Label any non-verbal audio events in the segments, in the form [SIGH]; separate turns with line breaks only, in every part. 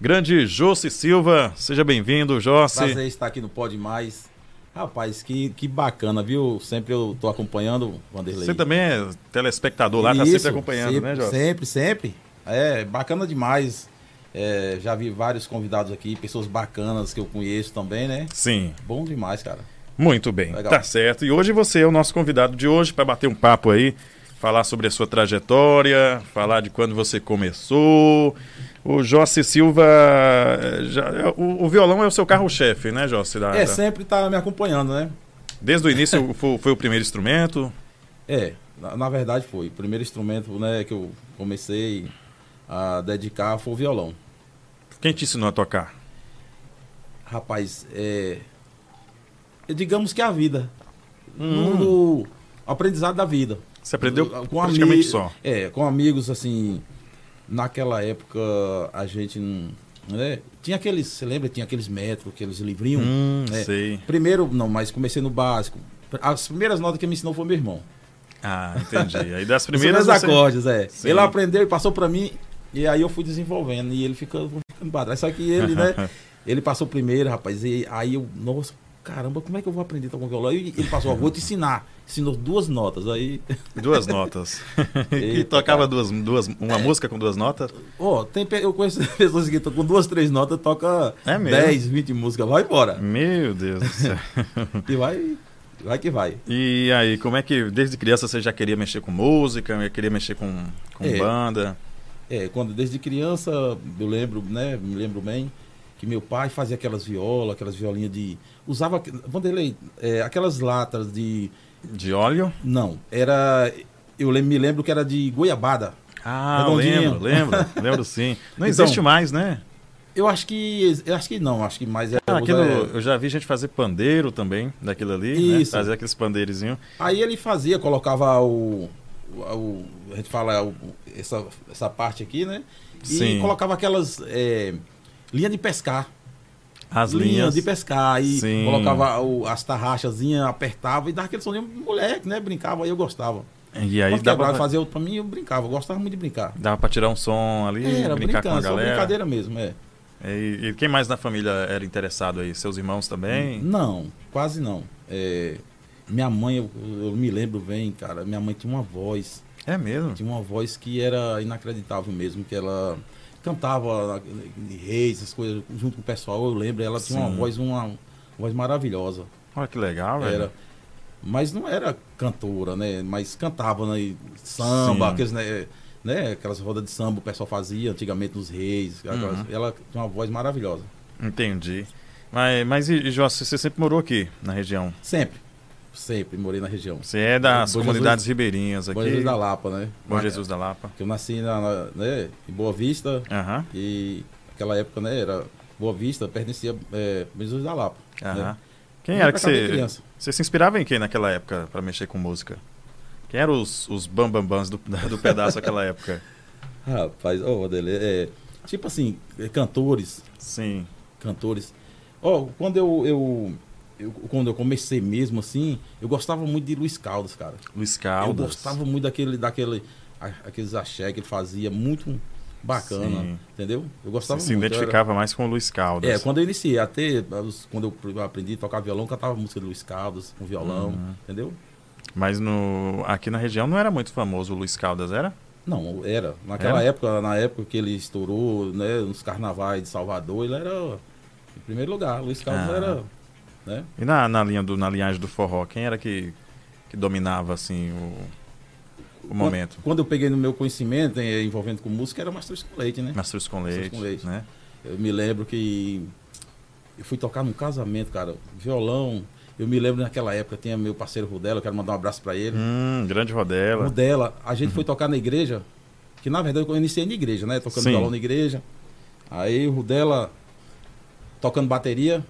Grande Jossi Silva, seja bem-vindo, Jossi.
Prazer estar aqui no Pode Mais. Rapaz, que, que bacana, viu? Sempre eu tô acompanhando, Vanderlei.
Você também é telespectador lá, tá
Isso,
sempre acompanhando,
sempre,
né, Jossi?
Sempre, sempre. É, bacana demais. É, já vi vários convidados aqui, pessoas bacanas que eu conheço também, né?
Sim,
Bom demais, cara.
muito bem,
Legal.
tá certo. E hoje você é o nosso convidado de hoje para bater um papo aí, falar sobre a sua trajetória, falar de quando você começou. O Jossi Silva, eh, já- o, o violão é o seu carro-chefe, né, Jossi? Da-
É,
da-
sempre tá me acompanhando, né?
Desde o início [LAUGHS] foi, foi o primeiro instrumento.
É, na, na verdade foi. O primeiro instrumento né, que eu comecei a dedicar foi o violão.
Quem te ensinou a tocar?
Rapaz, é. é, Digamos que a vida. No, no aprendizado da vida.
Hum. Você aprendeu
com ami-
praticamente só.
É, com amigos, assim. Naquela época a gente não. Né? Tinha aqueles, você lembra? Tinha aqueles métodos, aqueles livrinhos.
Hum,
né?
sei.
Primeiro, não, mas comecei no básico. As primeiras notas que me ensinou foi meu irmão.
Ah, entendi. Aí das
Os
primeiras.
primeiros
você-
acordes, é.
Sim.
Ele aprendeu e passou pra mim, e aí eu fui desenvolvendo, e ele ficou ficando pra trás. Só que ele,
[LAUGHS]
né, ele passou primeiro, rapaz, e aí eu, nossa, caramba, como é que eu vou aprender a tocar violão? E ele passou, ó, vou te ensinar. Ensinou duas notas, aí, [LAUGHS]
Duas notas. e
Eita,
tocava duas, duas, uma
É.
música com duas notas?
ó, tem, pe- eu conheço [LAUGHS] pessoas que tocam com duas, três notas, toca
É mesmo?
10, 20 músicas, vai embora.
Meu Deus do céu. Hum.
E vai, vai que vai.
[LAUGHS] E aí, como é que desde criança você já queria mexer com música, já queria mexer com, com
É.
banda?
É, quando desde criança, eu lembro, né? Me lembro bem que meu pai fazia aquelas violas, aquelas violinhas de. Usava. aqu- Vanderlei, é, aquelas latas de.
De óleo?
Não, era. Eu lem- me lembro que era de goiabada.
Ah,
Redondinho.
lembro, lembro,
[LAUGHS]
lembro sim. Não
Então-
existe mais, né?
Eu acho que. Eu acho que não, acho que mais era.
Ah, aquilo,
é-
eu já vi gente fazer pandeiro também, daquilo ali, né?
Isso.
Fazer aqueles pandeirezinhos.
Aí ele fazia, colocava o. o- o- a gente fala o- essa, essa parte aqui, né? E
Sim.
colocava aquelas. É, linha de pescar.
As linhas.
linhas de pescar e
Sim.
colocava o- as tarraxazinhas, apertava e dava aquele soninho moleque, né? Brincava, aí eu gostava.
E aí
Quando
dava
quebrava,
pra-
fazia outro pra mim, eu brincava, eu gostava muito de brincar.
Dava pra tirar um som ali,
É, era
brincar com a
brincando, só
galera.
brincadeira mesmo, é.
E, e quem mais na família era interessado aí? Seus irmãos
Hum.
também?
Não, quase não. É, minha mãe, eu, eu me lembro bem, cara, minha mãe tinha uma voz,
É mesmo?
tinha uma voz que era inacreditável mesmo, que ela cantava de reis, essas coisas, junto com o pessoal, eu lembro, ela tinha uma
Sim.
voz, uma, uma voz maravilhosa.
Olha que legal, velho.
Era. Mas não era cantora, né? Mas cantava, né? E Samba,
Sim.
aqueles, né? né? Aquelas rodas de samba que o pessoal fazia antigamente nos reis. aquelas-
Uhum.
Ela tinha uma voz maravilhosa.
Entendi. Mas, mas e, e Jossi, você sempre morou aqui na região?
Sempre. Sempre morei na região.
Você é das
Bom Jesus-
comunidades ribeirinhas aqui?
Bom Jesus da Lapa, né?
Bom Jesus da Lapa.
Que eu nasci na, na- né? em Boa Vista
Aham,
e naquela época, né? Era Boa Vista, pertencia é, Bom Jesus da Lapa.
aham.
né?
Quem
Eu
era
pra
que
cá desde
você...
criança.
Você se inspirava em quem naquela época pra mexer com música? Quem eram os, os bambambans do, [LAUGHS] da- do pedaço naquela época?
Rapaz, ô, Adele, é, tipo assim, é, cantores,
Sim.
cantores. Ó, quando eu, eu, eu- quando eu comecei mesmo assim, eu gostava muito de Luiz Caldas, cara.
Luiz
Eu
Caldas.
gostava muito daquele daquele a- aqueles axé que ele fazia, muito bacana,
Sim.
entendeu? Eu
Você
gostava
se
muito. eu era-
identificava mais com o Luiz Caldas.
É, quando eu iniciei, até os- quando eu pr- aprendi a tocar violão, eu cantava música de Luiz Caldas com violão,
Uhum.
entendeu?
Mas no, aqui na região não era muito famoso o Luiz Caldas, era?
Não, era. Naquela
Era?
época, na época que ele estourou, né, nos carnavais de Salvador, ele era em primeiro lugar. Luiz Caldas
Ah.
era, né?
E na, na, linha do, na linhagem do forró, quem era que, que dominava assim o, o momento?
Quando, quando eu peguei no meu conhecimento eh, envolvendo com música, era Mastruz com Leite, né?
Mastros com leite,
com leite.
né?
Eu me lembro que eu fui tocar num casamento, cara, violão. Eu me lembro naquela época, tinha meu parceiro Rudela, eu quero mandar um abraço pra ele.
Hum, Uhum. grande rodela.
Rudela, a gente foi tocar na igreja, que na verdade eu iniciei na igreja, né? Tocando
Sim.
violão na igreja. Aí o Rudela tocando bateria.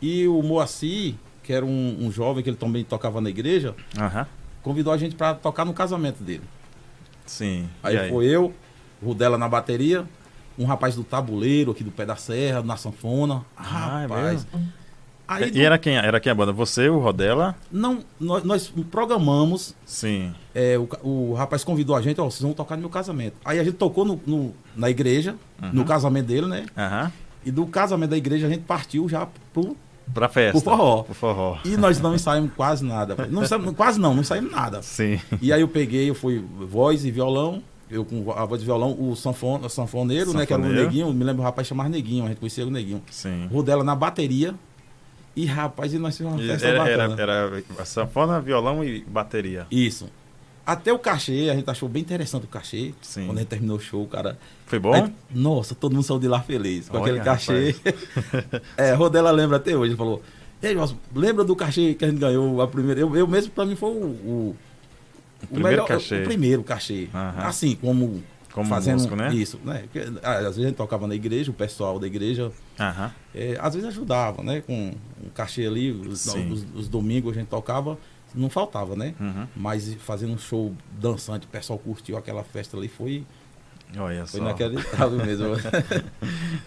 E o Moacir, que era um, um jovem que ele também tocava na igreja,
Aham.
convidou a gente pra tocar no casamento dele.
Sim.
Aí,
E aí?
foi eu, Rudela na bateria, um rapaz do tabuleiro aqui do pé da serra, na sanfona.
Ah, é
rapaz. Aí
E era quem, era quem a banda? Você, o Rodela?
não, nós, nós programamos,
Sim.
é, o, ca- o rapaz convidou a gente, ó, vocês vão tocar no meu casamento. Aí a gente tocou no, no- na igreja,
Uhum.
no casamento dele, né?
Aham.
E do casamento da igreja a gente partiu já pro.
Pra festa.
Pro forró.
Pro forró.
E nós não ensaiamos quase nada. Não ensaiamos- quase não, não ensaiamos nada.
Sim.
E aí eu peguei, eu fui voz e violão. Eu com a voz de violão, o sanfon, o sanfoneiro, né? Que era o
Sanfoneiro.
neguinho, me lembro o rapaz chamava neguinho, a gente conhecia o neguinho.
Sim.
Rodela na bateria. E rapaz, e nós fizemos uma
E
festa
Era,
bacana.
era, era sanfona, violão e bateria.
Isso. Até o cachê, a gente achou bem interessante o cachê.
Sim.
Quando a gente terminou o show, cara.
Foi
a
bom?
gente- nossa, todo mundo saiu de lá feliz. Com
Olha,
aquele
[LAUGHS]
cachê. é, Rodela lembra até hoje, ele falou. Ei, Nelson, lembra do cachê que a gente ganhou a primeira. Eu, eu mesmo, pra mim, foi o. o o
primeiro cachê.
O primeiro cachê.
Aham.
Assim, como.
Como músico, né?
Isso, né? Porque, ah, Às vezes a gente tocava na igreja, o pessoal da igreja
Aham.
é, às vezes ajudava, né? Com um cachê ali, os,
Sim.
os- os domingos a gente tocava, não faltava, né?
Uhum.
Mas fazendo um show dançante, o pessoal curtiu aquela festa ali, foi,
Olha
foi
só. [LAUGHS]
inacreditável mesmo. [LAUGHS]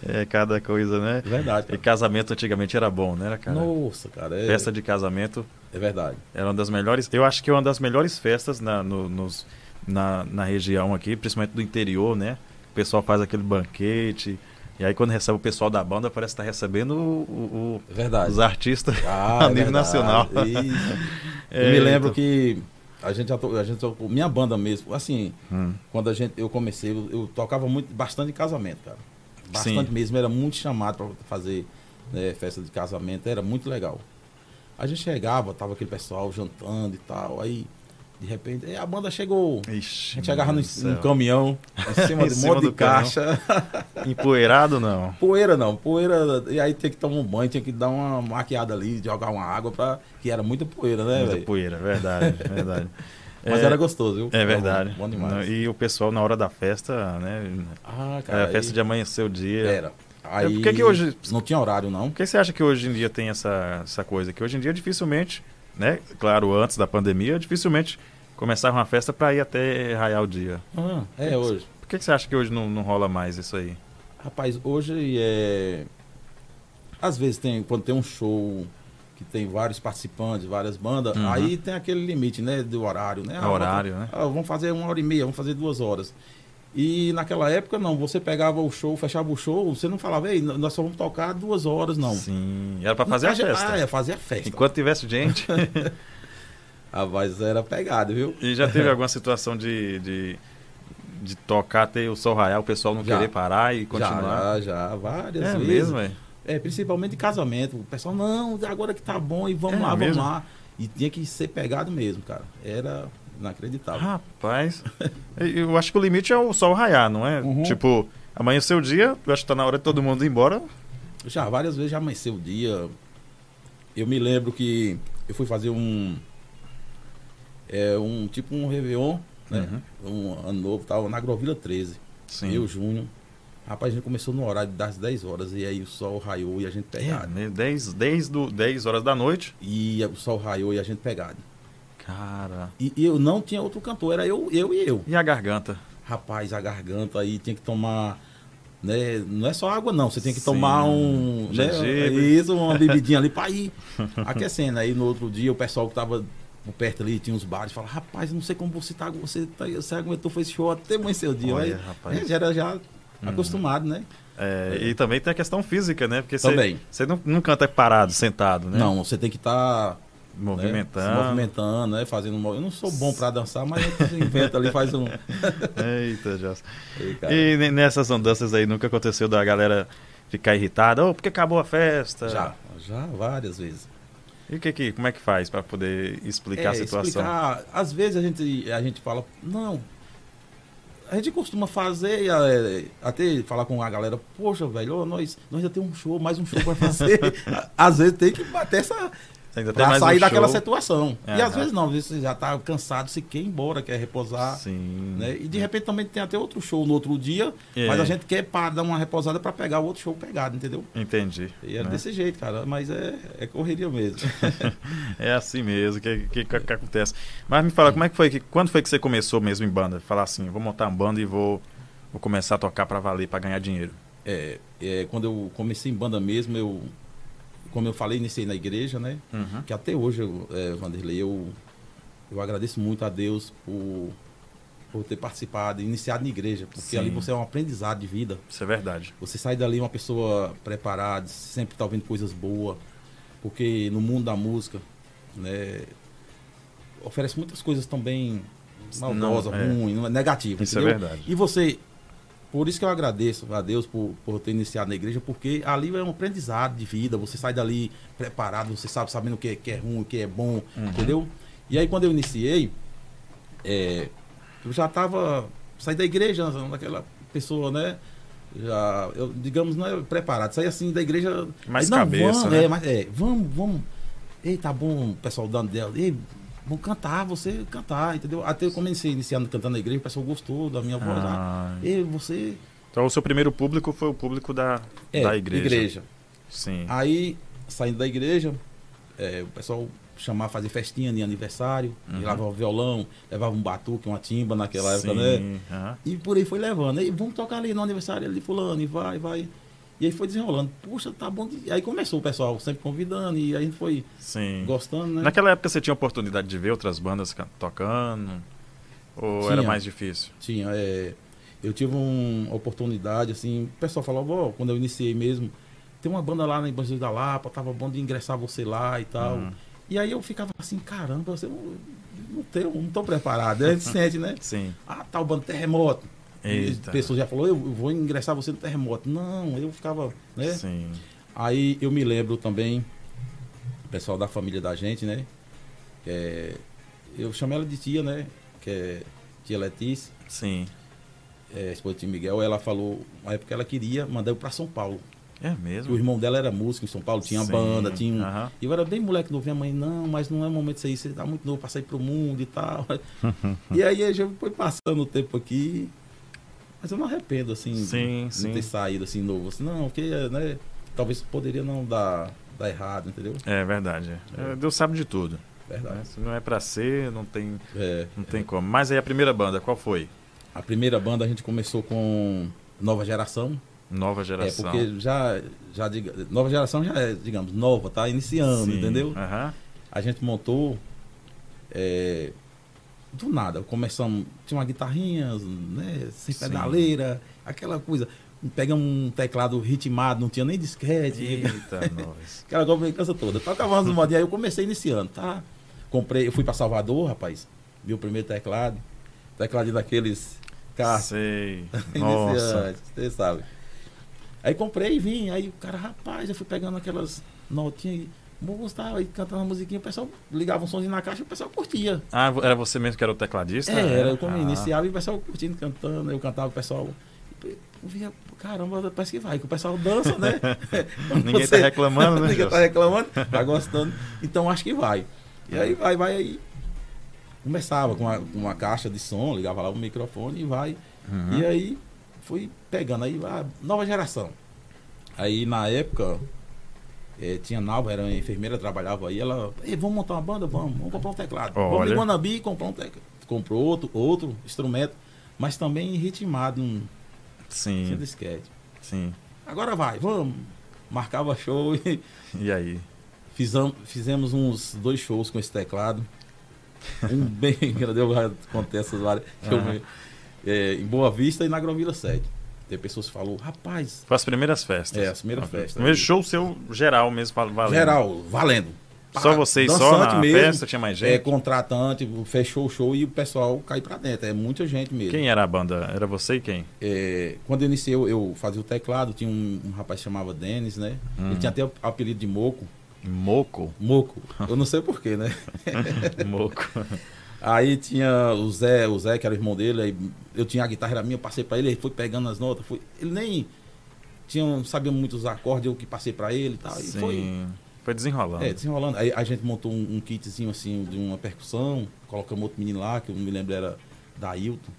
É cada coisa, né?
verdade.
E
cara.
casamento antigamente era bom, né, cara?
Nossa, cara, é,
Festa de casamento
é verdade.
era uma das melhores. Eu acho que é uma das melhores festas na, no- nos- na, na região aqui, principalmente do interior, né? O pessoal faz aquele banquete. E aí quando recebe o pessoal da banda, parece que tá recebendo o- o- o-
É verdade.
os artistas. [LAUGHS]
Ah,
a nível nacional.
Isso.
[LAUGHS] É,
eu me lembro
então.
que a gente já to- a gente tocou, minha banda mesmo, assim,
Hum.
quando a gente, eu comecei, eu, eu tocava muito, bastante em casamento, cara. Bastante
Sim.
mesmo, era muito chamado para fazer né, festa de casamento, era muito legal. A gente chegava, tava aquele pessoal jantando e tal, aí de repente, "Ei, a banda chegou. A
então. Ixi,
gente chegava
meu
num,
Deus do
num
céu.
caminhão,
[LAUGHS]
em cima
Em
de um
cima
monte de
do caminhão.
caixa.
Empoeirado, não.
Poeira não, poeira. E aí tinha que tomar um banho, tinha que dar uma maquiada ali, jogar uma água, pra, que era muita poeira, né,
Muita
velho?
é poeira, verdade, verdade.
[LAUGHS] Mas
É,
era gostoso, viu?
É verdade.
Bom, bom demais.
E o pessoal, na hora da festa, né?
Ah,
É a
aí-
festa de amanhecer o dia.
Era. Aí,
porque que hoje-
Não tinha horário, não.
Por que você acha que hoje em dia tem essa, essa coisa? Que hoje em dia dificilmente, né? Claro, antes da pandemia, dificilmente começava uma festa para ir até raiar o dia.
Ah, é hoje.
Por que que você acha que hoje não, não rola mais isso aí?
Rapaz, hoje é. Às vezes tem, quando tem um show que tem vários participantes, várias bandas,
Uhum.
aí tem aquele limite, né? Do horário, né?
É horário, né?
Ah, vamos fazer uma hora e meia, vamos fazer duas horas. E naquela época, não, você pegava o show, fechava o show, você não falava, ei, nós só vamos tocar duas horas, não.
Sim. Era para fazer a
gente-
festa.
Ah, é, fazer a festa.
Enquanto tivesse
[LAUGHS]
gente.
A voz era pegada, viu?
e já teve alguma situação de, de, de tocar até o sol raiar, o pessoal não
Já.
querer parar e continuar?
Já, já, já, várias
É
vezes.
mesmo, é?
É, principalmente em casamento. O pessoal, não, agora que tá bom e vamos
É
lá,
mesmo?
vamos lá. E tinha que ser pegado mesmo, cara. Era inacreditável. [LAUGHS]
Rapaz, eu acho que o limite é o sol raiar, não é?
Uhum.
Tipo, amanhã é seu dia, eu acho que tá na hora de todo mundo ir embora. Ah.
Já várias vezes já amanheceu o dia. Eu me lembro que eu fui fazer um. É, um tipo um Réveillon, né? Um ano novo e tal, na Agrovila 13.
Uhum. Sim.
Eu, Júnior. Rapaz, a gente começou no horário das 10 horas e aí o sol raiou e a gente
É,
pegado.
né? 10, 10, do, 10 horas da noite.
E o sol raiou e a gente pegado.
Cara.
E, e eu não tinha outro cantor, era eu, eu e eu.
E a garganta?
rapaz, a garganta aí tem que tomar. Né? Não é só água, não. Você tem que
Sim.
tomar um. Né?
Gengibre. [LAUGHS]
Isso, uma bebidinha ali pra ir aquecendo. Aí no outro dia o pessoal que tava por perto ali, tinha uns bares, fala, rapaz, eu não sei como você tá. Você, tá, você aguentou, fez show até amanhecer o dia.
Olha,
aí,
rapaz. Hum.
é, já era já acostumado, né?
É, E também tem a questão física, né? Porque você
Também.
você não, não canta parado, sentado, né?
Não, você tem que estar.
Movimentando.
se movimentando, né? Fazendo. mov- Eu não sou bom pra dançar, mas eu invento ali,
[LAUGHS]
faz um.
[LAUGHS] Eita, Joss.
Ei, cara.
E ne- nessas andanças aí, nunca aconteceu da galera ficar irritada? Ô, porque acabou a festa?
Já, já várias vezes.
E o que que, como é que faz pra poder explicar a
É,
situação?
explicar. Às vezes a gente, a gente fala, não. A gente costuma fazer, é, até falar com a galera, poxa, velho, ó, nós, nós já temos um show, mais um show
[LAUGHS]
pra fazer. às vezes tem que bater essa.
Ainda tem
pra
mais um
sair daquela
show. É,
situação. E às
Aham.
vezes não, às vezes você já tá cansado, se quer ir embora, quer repousar.
Sim.
Né? E de repente também tem até outro show no outro dia,
É.
mas a gente quer pa- dar uma repousada pra pegar o outro show pegado, entendeu?
Entendi.
E era
né?
desse jeito, cara, mas é, é correria mesmo.
É assim mesmo que, que, que- que acontece. Mas me fala, como é que foi que quando foi que você começou mesmo em banda? Falar assim, vou montar uma banda e vou, vou começar a tocar pra valer, pra ganhar dinheiro.
É, é, quando eu comecei em banda mesmo, eu como eu falei, iniciei na igreja, né?
Uhum.
Que até hoje, eu, é, Vanderlei, eu, eu agradeço muito a Deus por, por ter participado, iniciado na igreja, porque
Sim.
ali você é um aprendizado de vida.
Isso é verdade.
Você sai dali uma pessoa preparada, sempre tá ouvindo coisas boas, porque no mundo da música, né, oferece muitas coisas também maldosas,
Não, é.
ruim, não é negativo,
Isso é
entendeu?
verdade.
E você, por isso que eu agradeço a Deus por, por ter iniciado na igreja, porque ali é um aprendizado de vida, você sai dali preparado, você sabe, sabendo o que é, que é ruim, o que é bom,
Uhum.
entendeu? E aí quando eu iniciei, é, eu já estava, saí da igreja, aquela pessoa, né? Já, eu, digamos, não é preparado, saí assim da igreja.
Mais
aí, não,
cabeça,
vamos,
né?
é, mas, é, vamos, vamos. Ei, tá bom, pessoal dando dela. Ei, vamos cantar, você cantar, entendeu? Até eu comecei iniciando cantando na igreja, o pessoal gostou da minha voz lá.
Ah,
E você.
então o seu primeiro público foi o público da,
É, Ah,
da igreja. Sim.
Aí, saindo da igreja, é, o pessoal chamava fazer festinha de aniversário, e levava violão, levava um batuque, uma timba naquela época, né?
Uhum. Sim, aham.
E por aí foi levando. E vamos tocar ali no aniversário ali, fulano, e vai, vai. E aí foi desenrolando. Puxa, tá bom. de- Aí começou o pessoal sempre convidando, e aí a gente foi
Sim.
gostando, né?
Uhum. Naquela época você tinha oportunidade de ver outras bandas can- tocando? Ou era
Tinha.
mais difícil?
Tinha, é, eu tive um- uma oportunidade, assim, o pessoal falava, ó, quando eu iniciei mesmo, tem uma banda lá em Banjo da Lapa, tava bom de ingressar você lá e tal.
Uhum.
E aí eu ficava assim, caramba, eu não, não tenho, não tô preparado. Aí a gente
[LAUGHS]
sente, né?
Sim.
Ah, tal banda terremoto.
Eita.
E a pessoa já falou, eu eu vou ingressar você no terremoto. Não, eu ficava, né?
Sim.
Aí eu me lembro também, o pessoal da família da gente, né? É, eu chamo ela de tia, né? Que é tia Letícia
Sim.
é, a esposa de Miguel, ela falou, na época ela queria mandar eu pra São Paulo.
É
E
mesmo?
O irmão dela era músico em São Paulo, tinha
Sim,
banda, tinha um...
aham.
E eu era bem moleque novo, minha mãe, não, mas não é momento disso aí, você tá muito novo pra sair pro mundo
[LAUGHS]
e tal. e aí a gente foi passando o tempo aqui, mas eu não arrependo, assim,
Sim,
de
sim.
ter saído assim novo. Assim, não, porque, né, talvez poderia não dar, dar errado, entendeu?
É verdade. é. É, Deus sabe de tudo. né?
Verdade.
Se não é pra ser, não tem,
É,
não tem como. Mas aí a primeira banda, qual foi?
a primeira banda a gente começou com Nova Geração,
Nova
É,
geração.
porque já, já diga, nova geração já é, digamos, nova, tá iniciando,
Sim,
entendeu?
aham.
A gente montou é, do nada. Começamos, tinha uma guitarrinha, né, sem
Sim.
pedaleira, aquela coisa. Pegamos um teclado ritmado, não tinha nem disquete. [LAUGHS]
Eita, nós.
Aquela complicação toda. Tocava umas modinhas, aí eu comecei iniciando, tá? Comprei, eu fui pra Salvador, rapaz, meu primeiro teclado. Teclado daqueles carros. [LAUGHS]
Sei. Nossa.
Iniciante, você sabe. Aí comprei e vim. Aí o cara, rapaz, eu fui pegando aquelas notinhas e gostava, aí cantando a musiquinha, o pessoal ligava um somzinho na caixa e o pessoal curtia.
Ah, vo- era você mesmo que era o tecladista?
É, era eu como
ah.
iniciava e o pessoal curtindo, cantando, eu cantava, o pessoal. eu Via, caramba, parece que vai, que o pessoal dança, né? Quando
[LAUGHS] Ninguém tá reclamando, né,
[LAUGHS] Ninguém tá
Jô? É.
reclamando, tá gostando, então acho que vai. E aí vai, vai aí. Começava com uma, com uma caixa de som, ligava lá o microfone e vai.
Uhum.
E aí fui pegando aí a nova geração. Aí na época eh, tinha Nalva, era uma enfermeira, trabalhava aí, ela, Ei, vamos montar uma banda, vamos, vamos comprar um teclado. Vamos
Olha.
em Guanambi e comprar um teclado. Comprou outro, outro instrumento, mas também ritmado, um sem
Sim,
disquete.
sim.
Agora vai, vamos. Marcava show [LAUGHS] e
E aí?
fizemos, fizemos uns dois shows com esse teclado.
[LAUGHS]
Um bem grande, eu já contei essas várias. que eu
Aham.
me- eh, em Boa Vista e na Agrovila 7. Tem pessoas que falaram, rapaz,
Foi as primeiras festas.
É, as primeiras
Ah,
festas.
Primeiro show seu geral mesmo, val- valendo.
geral, valendo.
Só
Pá,
vocês só
dançante
na
mesmo,
festa? Tinha mais
É,
gente?
contratante, fechou o show e o pessoal caiu pra dentro. É muita gente mesmo.
Quem era a banda? Era você e quem?
É, quando eu iniciei, eu, eu fazia o teclado, tinha um, um rapaz que chamava Denis, né?
Hum.
Ele tinha até o apelido de Moco. [LAUGHS]
Moco?
Moco. Eu não sei porquê, né?
Moco.
Aí tinha o Zé, o Zé, que era irmão dele, aí eu tinha a guitarra era minha, eu passei pra ele, ele foi pegando as notas, foi. Ele nem tinha, não sabia muito os acordes, eu que passei pra ele e tal. Tá, E
Sim.
foi.
Foi desenrolando.
É, desenrolando. Aí a gente montou um, um kitzinho assim de uma percussão, colocamos outro menino lá, que eu não me lembro era da Hilton.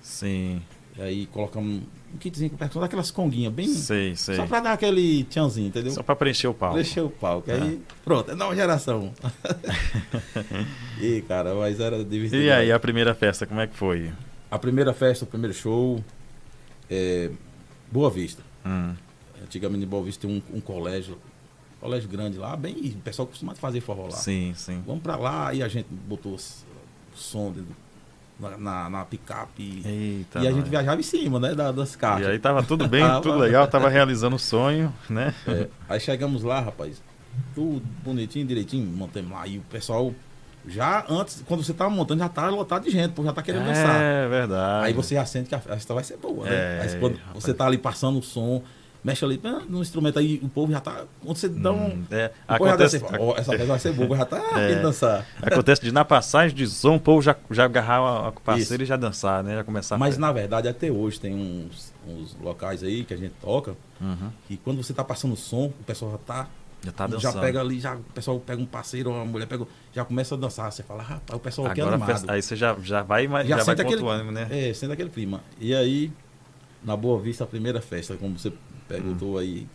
Sim.
E aí colocamos um kitzinho com percussão, daquelas conguinhas, bem.
Sei, sei.
Só pra dar aquele tchanzinho, entendeu?
Só pra preencher o palco.
Deixei o palco. Aí, pronto, é nova geração. [LAUGHS] e cara, mas era divertido.
E aí, a primeira festa, como é que foi?
A primeira festa, o primeiro show, é, Boa Vista.
Hum,
Hum,
Antigamente em Boa Vista tem um, um colégio colégio grande lá, bem, o pessoal costuma fazer forró lá.
Sim, sim.
Vamos pra lá, e a gente botou s- som dentro- na, na, na picape.
Eita,
e a
nós.
gente viajava em cima, né, da- das caixas.
E aí tava tudo
[LAUGHS]
bem,
Tava.
tudo legal, tava realizando o sonho, né?
É, aí chegamos lá, rapaz, tudo bonitinho, direitinho, montamos lá. E o pessoal, já antes, quando você tava montando, já tá lotado de gente, pô, já tá querendo dançar.
É verdade.
Aí você já sente que a festa vai ser boa, né?
É,
Aí quando
rapaz.
você tá ali passando o som, mexe ali ah, no instrumento aí, o povo já tá. Quando você dá um.
Hum, é,
o povo já tá
acontece,
assim, ó, essa festa vai ser boa, já tá
[LAUGHS] É.
querendo dançar.
acontece de na passagem de som, o povo já, já agarrar o parceiro e já dançar, né? Já começar. a
Mas
festa.
na verdade, até hoje tem uns, uns locais aí que a gente toca,
Uhum,
que quando você tá passando o som, o pessoal já tá.
já tá dançando.
já pega ali, já, o pessoal pega um parceiro, uma mulher pega, já começa a dançar. Você fala, rapaz, o pessoal aqui é
Agora a
animado.
festa- aí você já, já vai, [LAUGHS] mas já,
Já
vai
sente
com outro
aquele-
ânimo, né?
É, sendo aquele clima. E aí, na Boa Vista, a primeira festa, como você perguntou aí,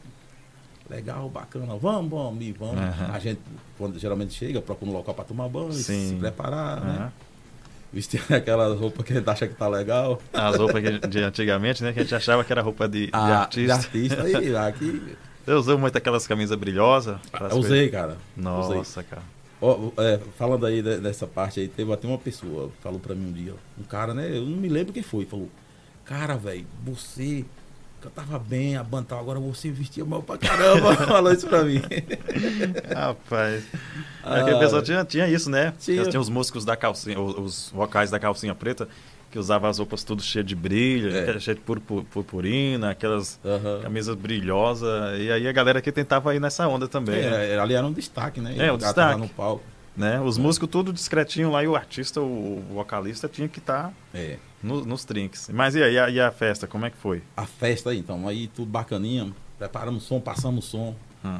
legal, bacana, vamos, vamos, e vamos.
Aham.
A gente, quando geralmente chega, procura um local para tomar banho,
Sim.
se preparar, né?
Aham.
Vestir [LAUGHS] aquela roupa que a gente acha que tá legal.
As roupas que- de antigamente, né? Que a gente achava que era roupa de, de
Ah,
artista.
De artista,
[LAUGHS]
e aqui.
Eu usei muito aquelas camisas brilhosas. aquelas
Eu
coisas-
Ah, usei, cara.
Nossa,
usei.
cara.
Ó, é, falando aí de- dessa parte aí, teve até uma pessoa, falou pra mim um dia, um cara, né? Eu não me lembro quem foi, falou, cara, velho, você cantava bem, a banda tal, agora você vestia mal pra caramba, [LAUGHS] falou isso pra
[LAUGHS]
mim.
É
[LAUGHS]
Rapaz.
Ah.
Aquele pessoal tinha, tinha isso, né?
Tinha.
Tinha os músicos da calcinha, os, os vocais da calcinha preta, que usavam as roupas tudo cheio de brilho,
É.
aquela cheia de purpu- purpurina, aquelas
Ah, Aham.
camisas brilhosas. E aí a galera que tentava ir nessa onda também. né?
É, ali era um destaque, né?
É, o
O cara
destaque.
tava no palco.
Né? Os músicos tudo discretinho lá e o artista, o, o vocalista, tinha que estar
É.
nos trinques. Mas e aí, e a, e a festa, como é que foi?
A festa aí, então, aí tudo bacaninha, preparamos som, passamos som.
Hum.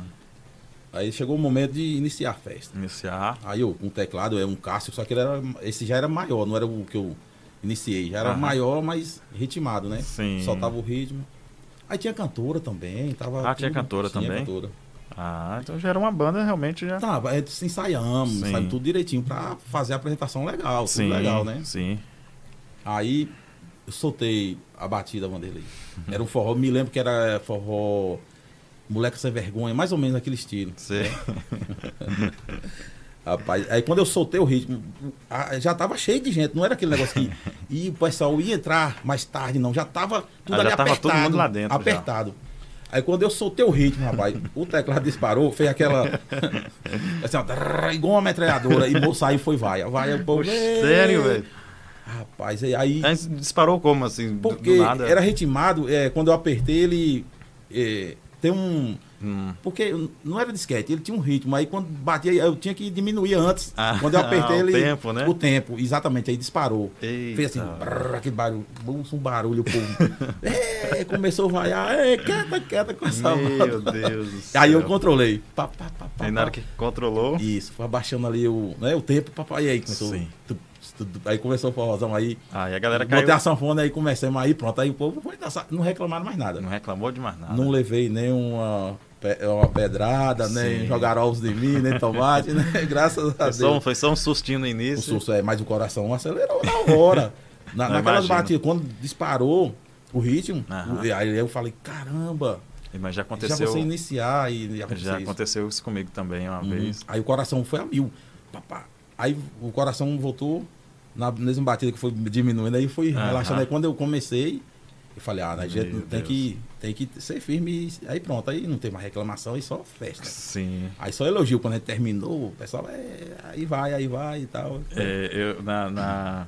Aí chegou o momento de iniciar a festa.
Iniciar.
Aí eu, com um teclado, é um Cássio, só que ele era, esse já era maior, não era o que eu iniciei. Já era
Aham.
maior, mas ritmado, né?
Sim.
Soltava o ritmo. Aí tinha cantora também. Tava
Ah, tinha cantora também?
Cantora.
Ah, então já era uma banda realmente já.
Tava, aí se ensaiamos,
Sim.
sabe, tudo direitinho pra fazer a apresentação legal, tudo legal, né?
Sim.
Aí eu soltei a batida, Vanderlei. Era um forró, me lembro que era forró Moleca Sem Vergonha, mais ou menos aquele estilo.
Sim.
Rapaz, aí quando eu soltei o ritmo, a- já tava cheio de gente, não era aquele negócio
[LAUGHS]
que. e o pessoal ia entrar mais tarde, não. Já tava tudo
Ah, já
ali
tava
apertado.
todo mundo lá dentro, já.
Apertado. Aí quando eu soltei o ritmo, rapaz, o teclado disparou,
[LAUGHS]
fez aquela. assim, ó, trrr, igual uma metralhadora. E mo- saiu foi vai. Vai, o povo. "Ê!"
Sério, velho? É
Rapaz, aí- aí.
Aí disparou como assim? Do-
Porque
do nada?
era ritmado, é, quando eu apertei, ele. é, tem um.
Hum.
Porque não era disquete, ele tinha um ritmo. Aí quando batia, eu tinha que diminuir antes.
Ah,
quando eu
[LAUGHS]
apertei
o
ele.
tempo, né?
O tempo, exatamente. Aí disparou.
Eita.
Fez assim, brrr, aquele barulho, bum, um barulho, o
[LAUGHS]
povo. é, começou a vaiar, é, quieta, quieta com essa
Meu
banda.
Deus do céu.
[LAUGHS] Aí eu controlei. Pá, pá, pá, pá,
Aí na hora
pá.
que controlou.
Isso, foi abaixando ali o, né, o tempo, papai. E aí começou.
Sim.
tu- tu- tu- aí começou o forrozão aí.
Aí a galera
Botei
caiu.
a sanfona aí, começamos aí, pronto. Aí o povo foi dançar. Não reclamaram mais nada.
Não reclamou de mais nada.
Não levei nenhuma pe- uma pedrada, nem
Sim.
jogaram ovos de mim, nem tomate, [LAUGHS] né? Graças a
Foi só, um, [LAUGHS]
Deus.
foi só um sustinho no
O
início.
susto é, mas o coração acelerou na hora. Na,
Não,
naquelas
imagino.
batidas, quando disparou o ritmo,
Aham.
o- e aí eu falei, caramba,
Mas já
já
aconteceu.
você iniciar e, e acontecer
Já
isso.
aconteceu isso comigo também uma
Uhum.
vez.
Aí o coração foi a mil. Pá, pá. Aí o coração voltou na mesma batida que foi diminuindo, aí foi
Aham.
relaxando. Aí quando eu comecei, eu falei, ah, a gente
Meu
tem
Deus.
que, tem que ser firme. e- Aí pronto, aí não tem mais reclamação, aí só festa.
Sim.
Aí só elogio quando a gente terminou, o pessoal, é, aí vai, aí vai e tal.
É, eu, na, na-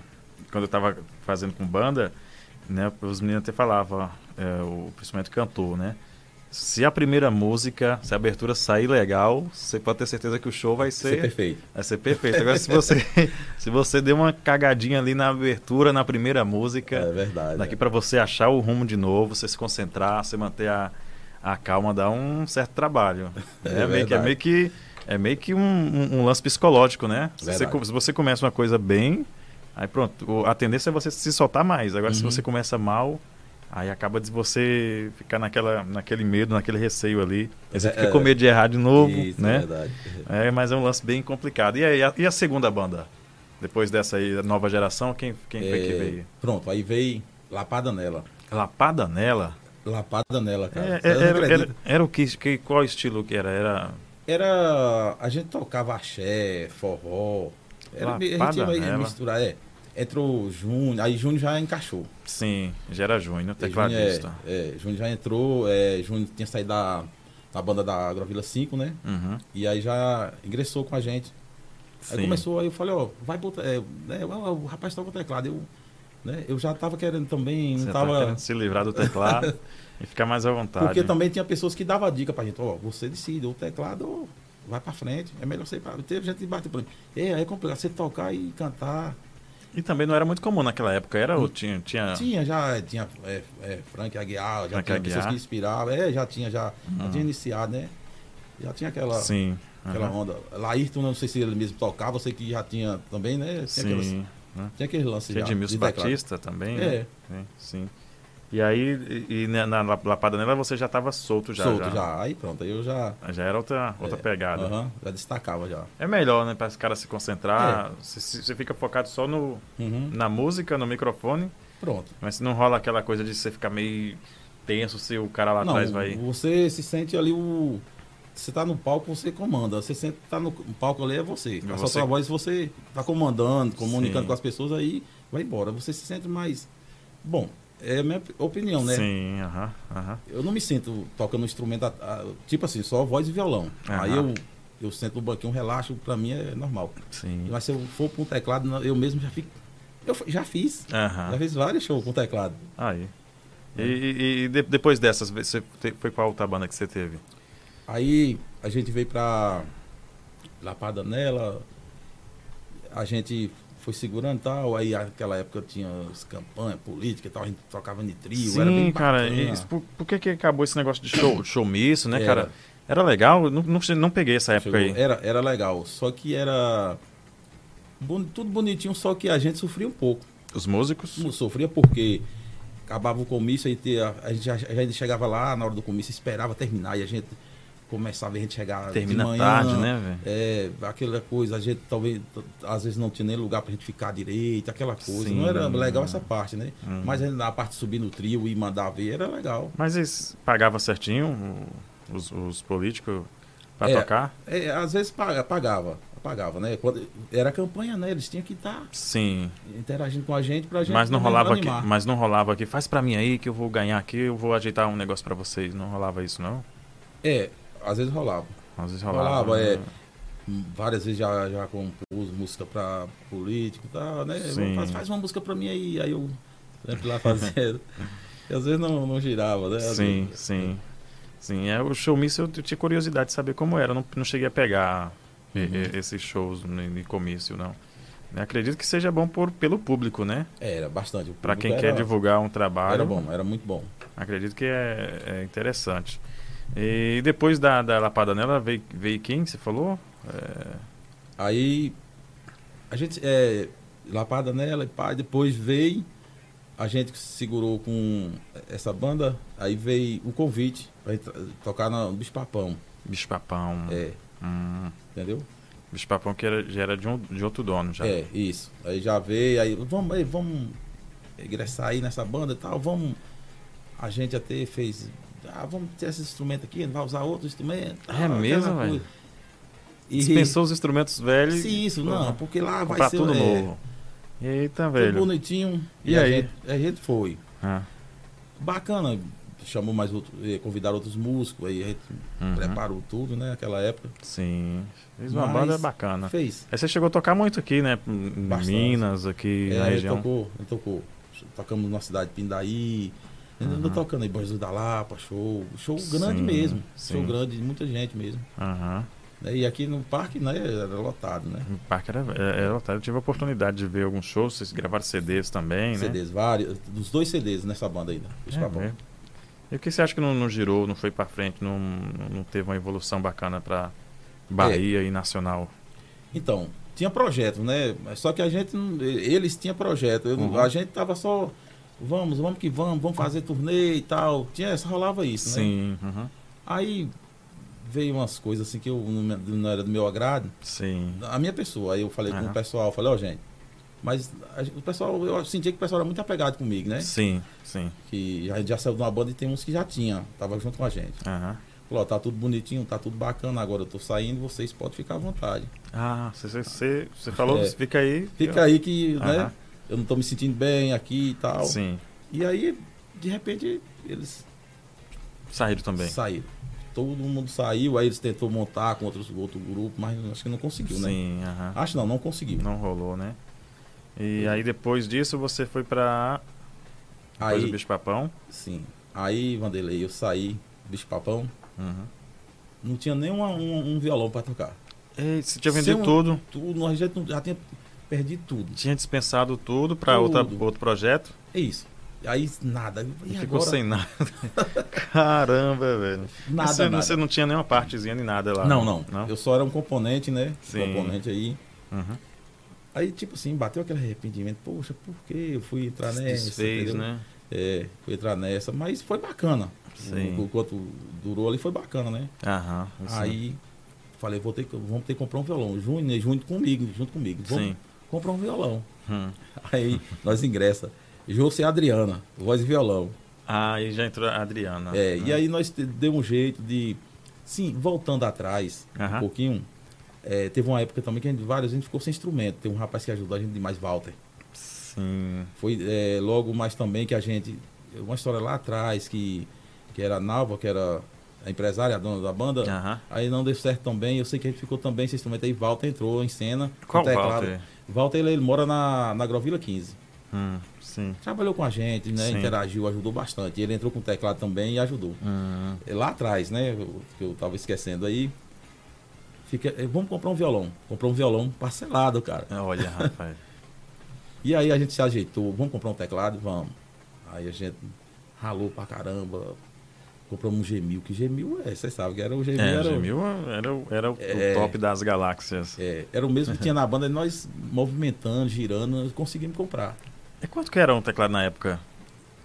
quando eu tava fazendo com banda, né, os meninos até falavam, é, o, principalmente cantor, né? Se a primeira música, se a abertura sair legal, você pode ter certeza que o show vai
Ser
ser,
é perfeito.
vai ser perfeito. Agora, se você, [LAUGHS] se você deu uma cagadinha ali na abertura, na primeira música,
É verdade.
daqui
é.
para você achar o rumo de novo, você se concentrar, você manter a, a calma, dá um certo trabalho.
[LAUGHS] É
É, meio que, é
verdade.
meio que, é meio que um, um- um lance psicológico, né? Se você,
Verdade.
co- se você começa uma coisa bem, aí pronto, o- a tendência é você se soltar mais. Agora, se
Uhum.
você começa mal, aí acaba de você ficar naquela, naquele medo, naquele receio ali. Aí você
É,
fica com medo de errar de novo,
Isso, É
né?
verdade.
É, mas é um lance bem complicado. E aí, a, e a segunda banda? Depois dessa aí, a nova geração, quem, quem foi que
É,
veio?
Pronto, aí veio Lapada Nela.
Lapada nela?
Lapada Nela, cara.
É,
Você Tá. não
era, era-
acredita?
era o que, que- Qual é estilo que era? Era
era. A gente tocava axé, forró. Era, a gente
Lapada
ia
nela.
misturar, é. Entrou Júnior, aí Júnior já encaixou.
Sim, já era Júnior,
É, Júnior, é,
tecladista.
é, Júnior já entrou, é, Júnior tinha saído da, da banda da Agrovila 5, né?
Uhum,
E aí já ingressou com a gente. Aí
sim.
começou, aí eu falei, ó, vai botar. É, né, ó, o rapaz toca teclado. Eu, né, eu já tava querendo também, não
Você tá
tava.
querendo se livrar do
[LAUGHS]
teclado e ficar mais à vontade.
porque também tinha pessoas que davam dica pra gente, ó, você decide, ou teclado ou vai pra frente. É melhor você ir pra. Teve gente que bateu pra mim. É, aí é complicado você tocar e cantar.
E também não era muito comum naquela época, era ou tinha. tinha...
Tinha, já tinha é, é, Frank Aguiar, já
Ah. Frank
tinha pessoas
Aguiar. Ah.
que inspiravam, é, já tinha, já, já tinha iniciado, né? Já tinha aquela,
Sim.
aquela
uhum,
onda. Laírton, não sei se ele mesmo tocava, você que já tinha também, né? Tinha, aquelas,
Sim.
tinha aqueles lances
Tinha
já,
Edmilson
teclado.
Batista também, né?
É,
Sim, sim. E aí, e, e na, na Lapada Nela você já tava solto já.
solto já.
já.
Aí pronto, aí eu já,
Já era outra, outra
É,
pegada.
aham, já destacava já.
É melhor, né, para os caras se
É.
concentrar. Você- Você você fica focado só no,
Uhum,
na música, no microfone,
Pronto.
mas não rola aquela coisa de você ficar meio tenso se o cara lá
Não,
atrás vai.
você se sente ali o... Você tá no palco, você comanda. Você sente, tá no palco ali, é você.
É
A
você.
sua voz, você tá comandando, comunicando
Sim.
com as pessoas, aí vai embora. Você se sente mais... Bom, é a minha opinião, né?
Sim, aham, aham.
Eu não me sinto tocando um instrumento, a- a- tipo assim, só voz e violão.
Aham.
Aí eu, eu sento no banquinho, um relaxo, pra mim é normal.
Sim.
Mas se eu for pra um teclado, não, eu mesmo já fico... Eu f- já fiz.
Aham.
Já fiz vários shows com teclado.
Aí. E, e- e de- depois dessas, você te- foi qual outra banda que você teve?
Aí a gente veio pra Lapada Nela, a gente foi segurando e tal, aí naquela época tinha as campanhas políticas e tal, a gente tocava de trio, era bem
cara.
bacana.
isso- por por que, que acabou esse negócio de
[COUGHS]
show, showmisso, né,
Era.
cara? Era legal? Eu Não, não, che- não peguei essa época
Chegou-
aí.
era, era legal, só que era boni- tudo bonitinho, só que a gente sofria um pouco.
Os músicos?
Não sofria porque acabava o comício, aí te- a, a gente já, a gente chegava lá na hora do comício, esperava terminar, e a gente começava, a gente chegava
Termina
de manhã,
tarde, né, velho?
É, aquela coisa, a gente talvez, t- às vezes não tinha nem lugar pra gente ficar direito, aquela coisa.
Sim. Uhum.
Não era legal essa parte, né? Mas ainda a parte de subir no trio e mandar ver era legal.
Mas eles pagavam certinho o- os, os políticos pra
É.
tocar?
É, às vezes paga- pagava, pagava, né? Quando, era campanha, né? Eles tinham que estar
Sim.
interagindo com a gente pra gente
Mas não
também
rolava aqui,
animar.
mas não rolava aqui. Faz pra mim aí que eu vou ganhar aqui, eu vou ajeitar um negócio pra vocês. Não rolava isso não?
É, às vezes rolava.
Às vezes rolava.
Rolava, é.
né?
Várias vezes já, já compus música pra político e tal, né?
Sim.
Faz, faz uma música pra mim aí, aí eu sempre
[LAUGHS]
lá fazendo. e às vezes não, não girava, né? Às
Sim,
vezes-
sim. Sim, é o showmício, eu tinha curiosidade de saber como era. Eu Não, não cheguei a pegar e- e-
Uhum.
esses shows nem- de comício, não. Eu Acredito que seja bom por, pelo público, né?
Era bastante. O
Pra
público
quem
era-
quer divulgar um trabalho.
Era bom, era muito bom.
Acredito que é, é interessante. E depois da, da Lapada Nela veio, veio quem? Você falou? É,
Aí a gente é, lapada nela e pá, depois veio, a gente segurou com essa banda, aí veio o convite pra gente tocar na- no Bicho Papão.
Bicho Papão.
É,
Hum,
entendeu?
Bicho Papão que era, já era de, um, de outro dono já.
É, isso. Aí já veio, aí vamos, aí, vamos ingressar aí nessa banda e tal, vamos. A gente até fez. Ah, vamos ter esse instrumento aqui, não vai usar outro instrumento.
É
ah, aquela
mesmo,
coisa.
velho?
E
Dispensou os instrumentos velhos.
se isso,
Pô,
não, porque lá vai
Comprar
ser
tudo
é,
novo. Eita,
Foi
velho.
bonitinho.
E
a
aí?
gente- a gente foi.
Ah,
Bacana. Chamou mais outro, eh, convidaram outros músicos, aí a gente
uhum.
preparou tudo, né? Naquela época.
Sim. Fez uma
Mas-
banda bacana.
Fez.
Aí você chegou a tocar muito aqui, né? Em
Bastante.
Minas, aqui
É,
na
a gente
região.
tocou, a gente tocou. Tocamos na cidade de Pindaí. Ainda
Uhum.
tocando aí, Bom Jesus da Lapa, show. Show grande
Sim,
mesmo. Show
sim.
grande, muita gente mesmo.
Aham.
né, E aqui no parque, né? Era lotado, né?
O parque era, é, era, era lotado. Eu tive a oportunidade de ver alguns shows, vocês gravaram CDs também, né?
CDs, vários. Dos dois CDs nessa banda ainda. Os
É
papão.
mesmo. E o que você acha que não, não girou, não foi pra frente, não, não teve uma evolução bacana pra
É.
Bahia e Nacional?
Então, tinha projeto, né? Mas Só que a gente, não- eles tinham projeto. Eu não-
Uhum.
A gente tava só, vamos, vamos que vamos, vamos fazer turnê e tal. Tinha, só rolava isso, né?
Sim, uhum,
Aí veio umas coisas assim que eu não, me- não era do meu agrado.
sim.
A minha pessoa, aí eu falei com
Aham.
o pessoal, falei, ó, gente, mas a gente- o pessoal, eu sentia que o pessoal era muito apegado comigo, né?
Sim, sim.
Que a gente já saiu de uma banda e tem uns que já tinha, tava junto com a gente.
Aham.
Falou, ó, tá tudo bonitinho, tá tudo bacana, agora eu tô saindo, vocês podem ficar à vontade.
Ah, você, você- você, você falou,
É.
você fica aí.
Fica aí que,
Aham.
né? Eu não tô me sentindo bem aqui e tal.
Sim,
E aí, de repente, eles
saíram também.
saíram. Todo mundo saiu, aí eles tentou montar com outros, outro grupo, mas acho que não conseguiu, né?
Sim, aham.
Acho não, não conseguiu.
Não rolou, né? E aí depois disso você foi pra. Depois do
Aí,
bicho papão.
sim. Aí, Vanderlei, eu saí, bicho papão,
Uhum.
não tinha nem uma- um, um violão pra tocar.
E você tinha
Sem
vendido
um-
tudo,
Tudo, nós já, já tinha perdido tudo.
tinha dispensado tudo pra outra,
Tudo.
outro projeto
É isso. Aí nada.
e,
E
ficou
agora?
sem nada. [LAUGHS] Caramba, velho.
nada,
você,
nada.
você não tinha nenhuma partezinha nem nada lá.
Não,
né?
não,
não?
Eu só era um componente, né?
Sim.
Componente aí.
Uhum.
Aí, tipo assim, bateu aquele arrependimento. Poxa, por que eu fui entrar
Se
nessa?
desfez,
entendeu?
né?
É, fui entrar nessa. Mas foi bacana.
Sim.
O- Enquanto durou ali, foi bacana, né?
Aham. sim.
Aí, falei, vou ter que, vamos ter que comprar um violão. Júnior, junto comigo, junto comigo. Vamos
Sim.
comprar um violão. [LAUGHS]
Hum.
Aí, nós ingressa. José e Adriana, voz e violão.
Aí já entrou a Adriana.
É,
né?
e aí nós te- deu um jeito de. Sim, voltando atrás
Aham.
um pouquinho, é, teve uma época também que a gente, vários, a gente ficou sem instrumento. Tem um rapaz que ajudou a gente demais, Walter.
Sim.
Foi é, logo mais também que a gente. Uma história lá atrás que, que era a Nalva, que era a empresária, a dona da banda.
Aham.
Aí não deu certo também. Eu sei que a gente ficou também sem instrumento. Aí Walter entrou em cena. com
Qual
teclado.
Walter?
Walter, ele, ele mora na, na Grovila 15.
Hum, sim.
Trabalhou com a gente, né?
Sim.
Interagiu, ajudou bastante. Ele entrou com o teclado também e ajudou.
Hum.
É, lá atrás, né? eu- Que eu tava esquecendo aí. Fica, eh, vamos comprar um violão. Comprou um violão parcelado, cara.
Olha,
[LAUGHS]
rapaz.
E aí a gente se ajeitou, vamos comprar um teclado? Vamos. Aí a gente ralou pra caramba. Compramos um Gmil, que Gmil é, vocês sabem que era o Gmil.
É,
era, o-
Gemil era, o- era o, o
É.
top das galáxias.
é, era o mesmo que tinha na banda, e nós movimentando, girando, nós conseguimos comprar.
E quanto que era um teclado na época?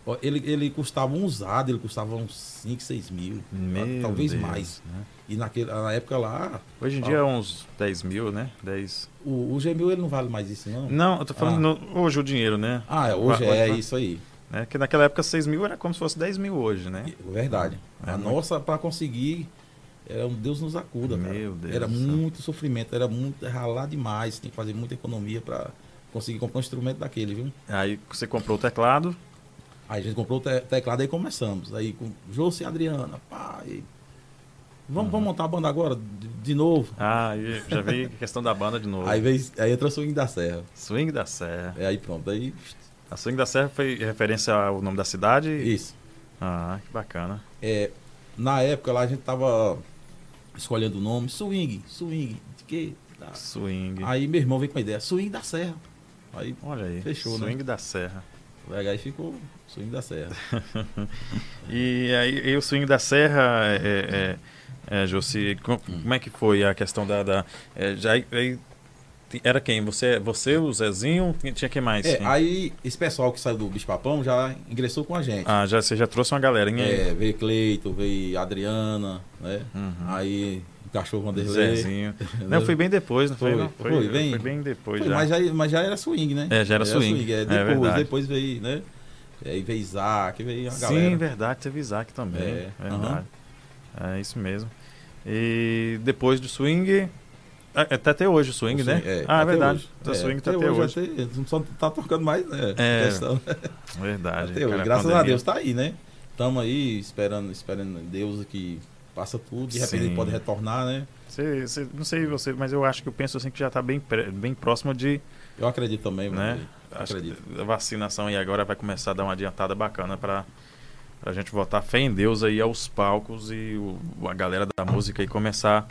Ó, Ele, ele custava um usado, ele custava uns 5, 6 mil,
Meu
Ah, talvez
Deus,
mais.
né?
E naquele, na época lá,
Hoje em
Ó.
dia é uns 10 mil, né? 10.
o, o Gmil ele não vale mais isso, não.
Não, eu tô falando
Ah.
no- hoje o dinheiro, né?
Ah, é, hoje
Vai, vai,
é
vai.
isso aí.
né? Que naquela época 6 mil era como se fosse 10 mil hoje, né?
Verdade.
É
a
muito.
nossa, para conseguir, era um Deus nos acuda, cara.
Meu Deus
Era
do céu.
muito sofrimento, era muito ralar demais, tinha que fazer muita economia para conseguir comprar um instrumento daquele, viu?
Aí você comprou o teclado.
Aí a gente comprou o te- teclado e começamos. Aí com José e Adriana, pai. Vamos, vamos montar a banda agora, de, de novo.
Ah, e já veio a [LAUGHS] questão da banda de novo.
Aí, veio, aí entra o swing da serra.
Swing da Serra.
É, Aí pronto, aí.
A Swing da Serra foi referência ao nome da cidade?
Isso.
Ah, que bacana.
É, na época lá a gente tava escolhendo o nome, swing, swing, de que? Tá.
Swing.
Aí meu irmão veio com a ideia, swing da serra. Aí,
Olha aí.
Fechou, né?
Swing da Serra.
velho, aí ficou swing da serra.
E aí e o swing da serra, é, é, é, Josi, co- como é que foi a questão da. da- é, já, aí- era quem? Você, você, o Zezinho? Tinha- Tinha quem mais?
É,
Sim.
aí esse pessoal que saiu do Bicho Papão já ingressou com a gente.
Ah, já, você já trouxe uma galerinha aí.
É, veio Cleito, veio Adriana, né?
Uhum.
Aí encaixou o Vanderlei. [LAUGHS]
Zezinho.
entendeu?
Não, foi bem depois, não foi?
Foi,
não?
foi bem-
foi bem depois
Foi,
já.
mas, já, mas já era swing, né?
É, já era swing.
é,
É
depois,
verdade.
depois veio, né? Aí veio Isaac, veio a galera.
Sim, né? verdade, teve Isaac também.
É,
verdade. É isso mesmo. E depois do swing. a- Até até hoje o swing,
O
né?
swing, é,
ah, é
até
verdade.
hoje.
O
É,
swing tá até hoje.
até- só tá tocando mais, né?
É,
Questão.
Verdade.
Até hoje.
cara,
Graças a
pandemia.
Deus tá aí, né? Estamos aí esperando, esperando Deus que passa tudo, de repente
Sim.
ele pode retornar, né?
Você, você- não sei você, mas eu acho que eu penso assim que já está bem, pré- bem próximo de,
Eu acredito também,
né?
mano.
Acho que
acredito.
a vacinação e agora vai começar a dar uma adiantada bacana para a gente voltar fé em Deus aí aos palcos e o- a galera da música aí começar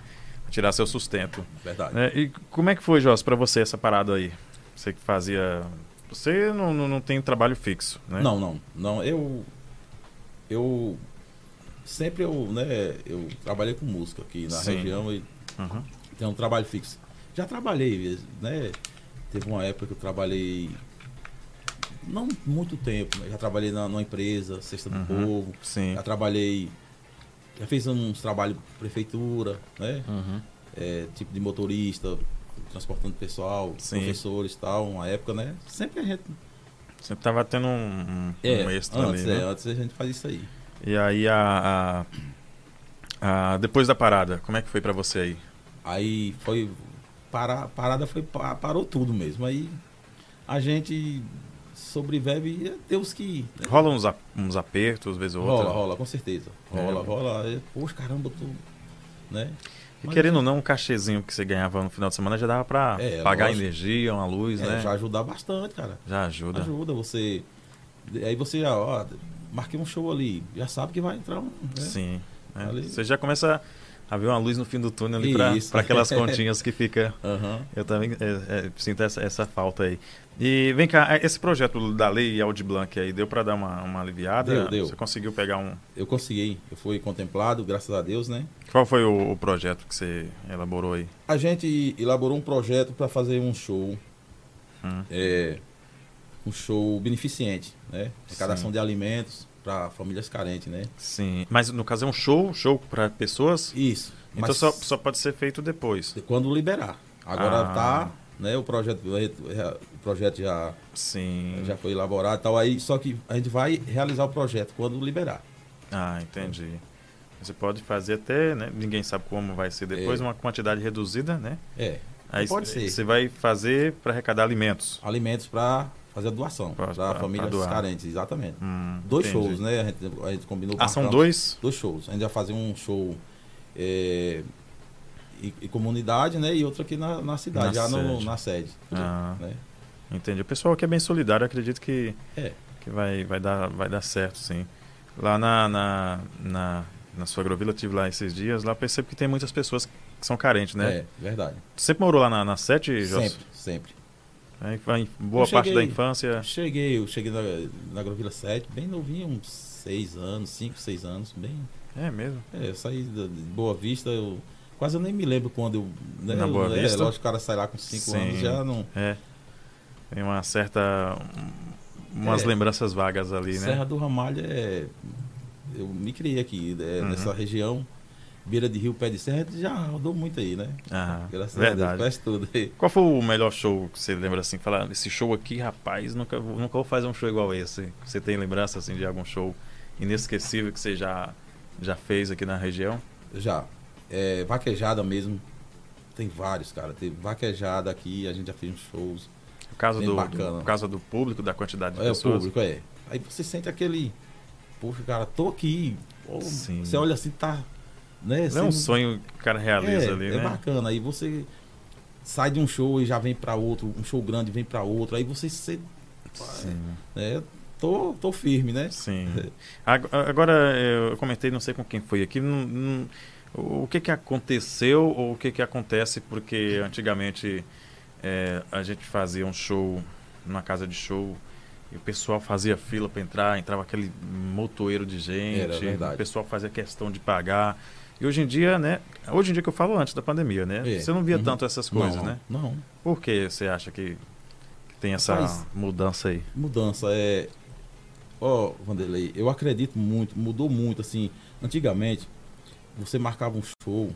a tirar seu sustento.
Verdade.
né? E como é que foi, Jos, para você essa parada aí? Você que fazia, você não, não, não tem trabalho fixo, né?
Não, não, não. Eu. Eu. Sempre eu, né? Eu trabalhei com música aqui na
Sim.
região e
Uhum.
tenho um trabalho fixo. Já trabalhei, né? Teve uma época que eu trabalhei. Não muito tempo, mas já trabalhei na, numa empresa, Sexta do
Uhum.
Povo,
Sim.
já trabalhei. Já fiz uns trabalhos com prefeitura, né?
Uhum.
é, tipo de motorista, transportando pessoal,
Sim.
professores e tal, uma época, né? Sempre a gente.
Você tava tendo um, um, um extra
É, antes,
ali, né?
é, antes a gente faz isso aí.
E aí a, a, Ah, depois da parada, como é que foi para você aí?
Aí foi. Para, parada foi. pa- Parou tudo mesmo. Aí a gente sobrevive. é Deus que.
Rola uns, a- uns apertos, vez ou outra.
Rola, rola, com certeza. Rola, rola. É, Poxa, caramba, tu. Né?
E querendo ou não, um cachezinho que você ganhava no final de semana já dava pra
É,
pagar
lógico.
energia, uma luz,
É,
né?
Já
Já,
ajudar bastante, cara.
ajuda.
Ajuda você. Aí você já, ó, marquei um show ali. Já sabe que vai entrar um. Né?
Sim. né?
Ali-
Você já começa a ver uma luz no fim do túnel ali pra,
Isso.
pra
[LAUGHS]
aquelas continhas que fica.
Aham.
Eu também é, é, sinto essa, essa falta aí. E vem cá, é, esse projeto da Lei Aldi Blanc aí, deu pra dar uma, uma aliviada?
Deu, deu.
Você conseguiu pegar um...
Eu consegui. Eu fui contemplado, graças a Deus, né?
Qual foi o, o projeto que você elaborou aí?
A gente elaborou um projeto para fazer um show.
Hum.
É, um show beneficente, né? Arrecadação
Sim.
de alimentos para famílias carentes, né?
Sim, mas no caso é um show, show pra pessoas?
Isso.
Então
mas
só, só pode ser feito depois.
quando liberar. Agora
Ah.
tá, né? O projeto, o projeto já,
Sim.
já foi elaborado, e tal aí. Só que a gente vai realizar o projeto quando liberar.
Ah, entendi. Você pode fazer até, né? Ninguém sabe como vai ser depois,
É.
uma quantidade reduzida, né?
É,
Aí
Pode
c-
ser.
Você vai fazer para arrecadar alimentos.
alimentos para fazer a doação
Pra-
para
pra-
famílias
pra doar.
carentes, exatamente.
Hum,
Dois
entendi.
shows, né? Então, A gente, a gente combinou.
Ah, são
marcamos-
dois?
dois shows. A gente vai fazer um show é, e, e comunidade, né? E outro aqui na, na cidade,
Na
já no-
sede.
na sede.
Ah,
né?
entendi. O pessoal que é bem solidário, eu acredito que,
É.
que vai, vai, dar, vai dar certo, sim. Lá na, na, na, na sua agrovila, eu estive lá esses dias, lá eu percebo que tem muitas pessoas que são carentes, né?
É, verdade.
Você sempre morou lá na, na sete, José?
Sempre, sempre.
Aí vai- boa
Eu
parte da
cheguei-
infância.
Cheguei, eu cheguei na, na Grovila 7, bem novinho, uns seis anos, cinco, seis anos, bem.
É mesmo.
É, eu saí da- de Boa Vista, eu quase eu nem me lembro quando eu. Né,
Na
eu-
Boa
é,
Vista?
Lógico que o cara sai lá com cinco
Sim.
anos já não.
É. Tem uma certa. um- umas
É.
lembranças vagas ali, né?
Serra do Ramalho é. Eu me criei aqui, né,
Uhum.
nessa região. Beira de Rio, Pé de Serra, a gente já rodou muito aí, né?
Aham,
Graças a Deus,
verdade.
faz tudo aí.
Qual foi o melhor show que você lembra assim? Falar, esse show aqui, rapaz, nunca, vou- nunca vou fazer um show igual esse. Você tem lembrança assim de algum show inesquecível que você já, já fez aqui na região?
Já. É, vaquejada mesmo. Tem vários, cara. Teve vaquejada aqui, a gente já fez uns shows.
Por causa,
Bem
do,
bacana.
do, por causa do público, da quantidade de
É, o
pessoas.
público, é. Aí você sente aquele. Poxa, cara, tô aqui. Ó,
Sim.
Você olha assim, tá. Né?
Não é um
você-
sonho que o cara realiza
é,
ali,
é
né?
bacana. Aí você sai de um show e já vem pra outro, um show grande vem pra outro. Aí você se-
Sim.
né? Tô, tô firme, né?
Sim. Ag- Agora, eu comentei, não sei com quem foi aqui, não- não- o que, que aconteceu ou o que, que acontece, porque antigamente é, a gente fazia um show numa casa de show e o pessoal fazia fila para entrar, entrava aquele motoeiro de gente,
Era verdade.
o pessoal fazia questão de pagar. E hoje em dia, né? Hoje em dia que eu falo antes da pandemia, né?
É.
Você não via
Uhum.
tanto essas coisas,
não,
né?
Não.
Por que você acha que, que tem essa
Rapaz.
mudança aí?
Mudança é. Ó, Vanderlei, eu acredito muito, mudou muito. Assim, antigamente, você marcava um show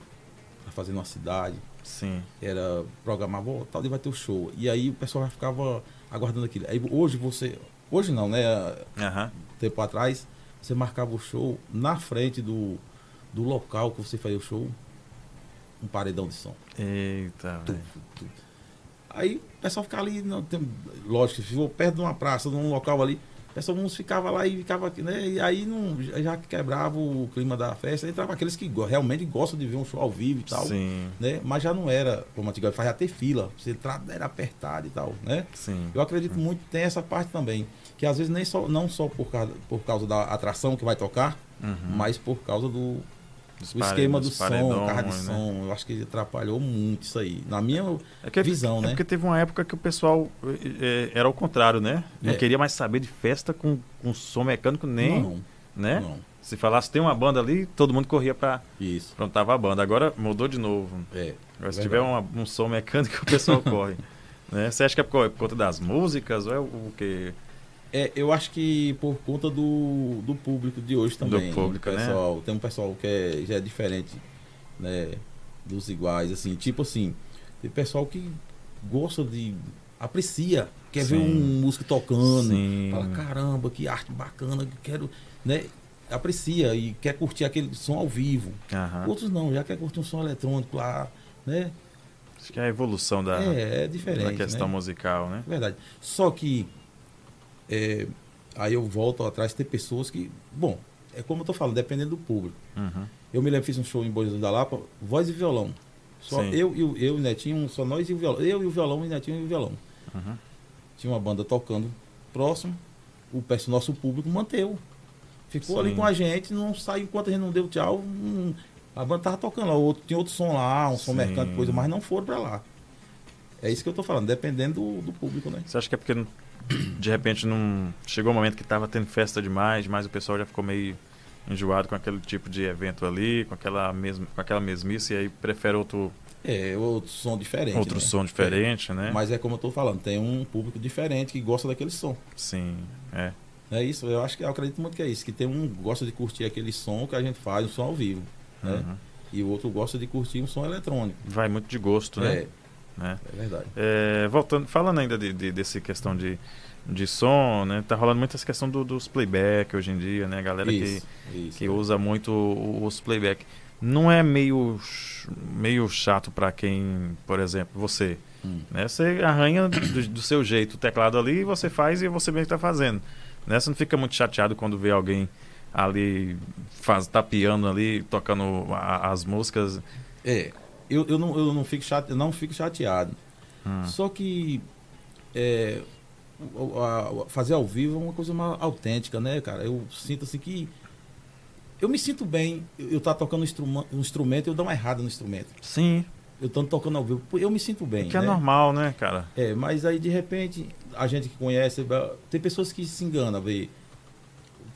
pra fazer numa cidade,
Sim.
era programava, ó, tal dia vai ter o show. E aí o pessoal ficava aguardando aquilo. Aí hoje você. Hoje não, né?
Aham.
Tempo atrás, você marcava o show na frente do, do local que você fazia o show, um paredão de som.
Eita, velho.
Aí o pessoal ficava ali, não, tem, lógico, se for perto de uma praça, de um local ali, o pessoal uns ficava lá e ficava aqui, né? E aí não, já já quebrava o clima da festa, entrava aqueles que go- realmente gostam de ver um show ao vivo e tal.
Sim,
Né? Mas já não era como antigamente, fazia ter fila, você entrar era apertado e tal, né?
sim.
Eu acredito muito que tem essa parte também, que às vezes nem só, não só por causa, por causa da atração que vai tocar,
Uhum.
mas por causa do,
Dos
do
pare-
esquema
dos
do som,
paredões,
carro de
né?
som. Eu acho que atrapalhou muito isso aí. Na minha
É que-
visão,
é
né?
porque teve uma época que o pessoal eh, eh, era ao contrário, né? Não
É.
queria mais saber de festa com, com som mecânico nem,
Não,
né?
não.
Se falasse tem uma banda ali, todo mundo corria pra
Isso.
prontava a banda. Agora mudou de novo.
É.
Agora, se
Verdade.
tiver uma- um som mecânico, o
[LAUGHS]
pessoal corre. Né? Você acha que é por, por conta das músicas ou é o, o quê?
É, eu acho que por conta do, do público de hoje também.
Do público,
o
né?
pessoal, Tem um pessoal que é- já é diferente, né? Dos iguais, assim. Tipo assim, tem pessoal que gosta de. aprecia, quer ver
Sim.
um músico tocando.
Sim.
Fala, caramba, que arte bacana, quero. Né? aprecia e quer curtir aquele som ao vivo.
Aham.
Outros não, já quer curtir um som eletrônico lá, né?
Acho que é a evolução da,
é,
da
é diferente.
questão
né?
musical, né?
Verdade. Só que é, aí eu volto atrás, tem pessoas que. Bom, é como eu tô falando, dependendo do público.
Uhum.
Eu me lembro fiz um show em Boas da Lapa, voz e violão. Só
Sim.
eu, e o- eu e o Netinho, um só nós e o violão. Eu e o violão, e o Netinho e o violão.
Uhum.
Tinha uma banda tocando próximo, o perso- nosso público manteu. Ficou
Sim.
ali com a gente, não saiu enquanto a gente não deu tchau. não- a banda tava tocando, lá, outro, tinha outro som lá, um som
Sim.
mercante, coisa, mas não foram pra lá. É isso que eu tô falando, dependendo do, do público, né?
Você acha que é porque não- de repente não chegou um momento que estava tendo festa demais, mas o pessoal já ficou meio enjoado com aquele tipo de evento ali, com aquela mesma, com aquela mesmice e aí prefere outro
É, outro som diferente.
outro
né?
som diferente, né?
Mas é como eu tô falando, tem um público diferente que gosta daquele som.
Sim, é.
É isso, eu acho que eu acredito muito que é isso, que tem um que gosta de curtir aquele som que a gente faz, um som ao vivo, né?
Uhum.
E o outro gosta de curtir um som eletrônico.
Vai muito de gosto, né?
É,
Né?
é verdade.
É, voltando, falando ainda de, de- desse questão de, de som, né? Tá rolando muito essa questão do- dos playback hoje em dia, né? A galera que,
isso, isso.
que usa muito o- os playback. Não é meio, ch- meio chato para quem, por exemplo, você,
Hum.
né? Você arranha do, do seu jeito o teclado ali e você faz e você mesmo está fazendo. Né? Você não fica muito chateado quando vê alguém ali faz, tapeando ali, tocando a- as músicas.
É, eu, eu, não, eu não fico chate, eu não fico chateado.
Hum.
Só que é, o- a- o- fazer ao vivo é uma coisa mais autêntica, né, cara? Eu sinto assim que eu me sinto bem, eu, eu tá tocando um instruma- um instrumento, eu dou uma errada no instrumento.
Sim,
Eu tô tocando ao vivo, pô, eu me sinto bem,
que é
né?
normal, né, cara?
É, mas aí de repente, a gente que conhece, ba- tem pessoas que se enganam, vê.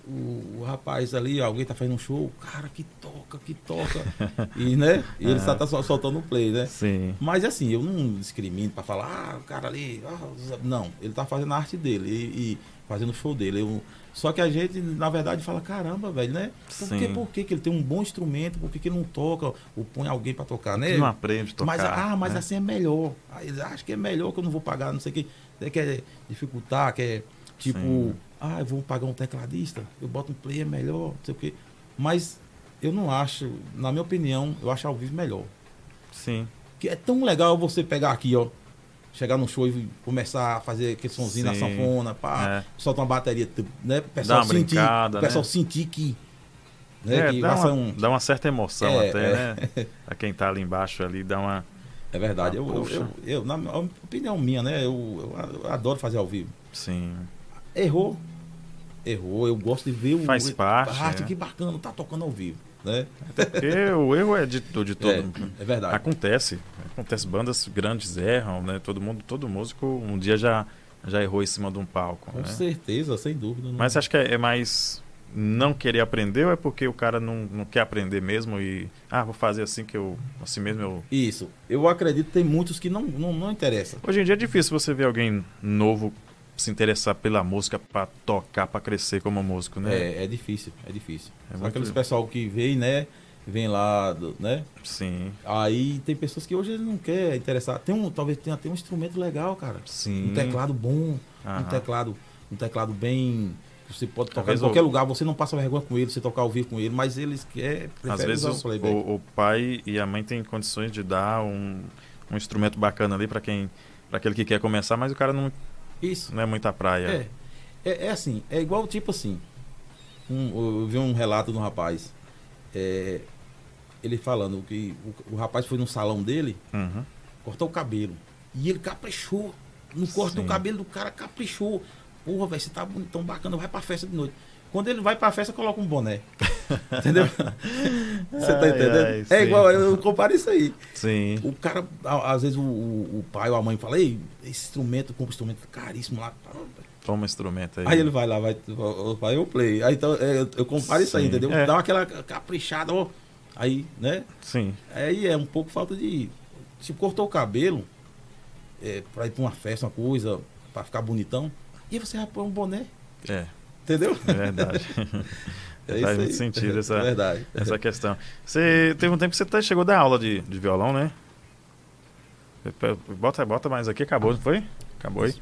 O, o rapaz ali, alguém tá fazendo um show, cara, que toca, que toca. e, né? E ele só tá sol- soltando um play, né?
Sim.
Mas assim, eu não discrimino pra falar, ah, o cara ali. ah, os- não, ele tá fazendo a arte dele e, e fazendo o show dele. Eu- só que a gente, na verdade, fala, caramba, velho, né? Por, que,
Sim.
por que, que ele tem um bom instrumento? Por que, que ele não toca ou põe alguém pra tocar, né?
Ele não aprende a tocar.
mas, ah, mas
né?
assim é melhor. Aí eles acham que é melhor que eu não vou pagar, não sei o que. Né, Quer dificultar, quer tipo,
Sim.
ah, eu vou pagar um tecladista, eu boto um play, é melhor, não sei o que. Mas eu não acho, na minha opinião, eu acho ao vivo melhor.
Sim.
Que é tão legal você pegar aqui, ó. Chegar num show e começar a fazer aquele sonzinho na
Sim.
sanfona, pá,
É.
solta uma bateria, tu- né? O pessoal
uma
sentir,
brincada,
o pessoal
né?
sentir que. Né,
É,
que
dá,
vai ser
uma,
um-
dá uma certa emoção
É,
até,
é.
né? A quem tá ali embaixo ali, dá uma.
É verdade.
Ah,
eu, eu,
poxa.
eu, eu- na minha opinião minha, né? Eu, eu adoro fazer ao vivo.
Sim.
Errou. Errou. Eu gosto de ver o.
Faz parte,
Parte,
é.
que bacana, tá tocando ao vivo. Né?
Porque o erro é de, to- de todo mundo.
É, é verdade.
Acontece. Acontece, bandas grandes erram, né? Todo mundo, todo músico um dia já, já errou em cima de um palco.
Com
né?
certeza, sem dúvida. né? não-
Mas acho que é, é mais não querer aprender ou é porque o cara não, não quer aprender mesmo e. Ah, vou fazer assim que eu. Assim mesmo eu.
Isso. Eu acredito que tem muitos que não, não, não interessa.
Hoje em dia é difícil você ver alguém novo se interessar pela música pra tocar, pra crescer como músico, né?
É, é difícil, é difícil.
É
São
muito-
aqueles pessoal que vem, né? Vem lá, do- né?
Sim,
Aí tem pessoas que hoje ele não quer interessar. Tem um, talvez tenha até um instrumento legal, cara.
sim.
Um teclado bom, um
Aham.
teclado, um teclado bem. Você pode tocar
Talvez
em qualquer
o-
lugar, você não passa vergonha com ele, você tocar ao vivo com ele, mas eles querem
Às
preferem
vezes
usar
os-
o playback.
o, o pai e a mãe têm condições de dar um, um instrumento bacana ali pra quem para aquele que quer começar, mas o cara não,
Isso.
não é muita praia.
É. é. é assim, é igual tipo assim. um- eu vi um relato de um rapaz. é, ele falando que o, o rapaz foi num salão dele
Uhum.
cortar o cabelo. E ele caprichou. No corte
Sim.
do cabelo do cara, caprichou. Porra, velho, você tá bonitão, bacana, vai pra festa de noite. Quando ele vai pra festa, coloca
[LAUGHS]
um boné. Entendeu? Você tá
Ai,
entendendo?
ai,
é
sim.
igual, eu comparo isso aí.
Sim.
O cara, a- às vezes, o, o- o pai ou a mãe fala, ei, esse instrumento, compra um instrumento caríssimo lá.
Toma um instrumento aí.
Aí ele vai lá, vai, vai eu play. Aí então, é, eu, eu comparo isso aí,
Sim.
entendeu?
É.
Dá aquela caprichada, ó. Aí, né?
Sim.
Aí é um pouco falta de. Se cortou o cabelo é, pra ir pra uma festa, uma coisa, pra ficar bonitão, e você vai pôr um boné,
É, [LAUGHS]
entendeu?
é verdade.
É
Faz muito sentido essa-
[LAUGHS] É verdade.
Essa questão. Você teve um tempo que você até chegou a dar aula de, de violão, né? Bota, bota mais aqui, acabou, não foi? Acabou aí.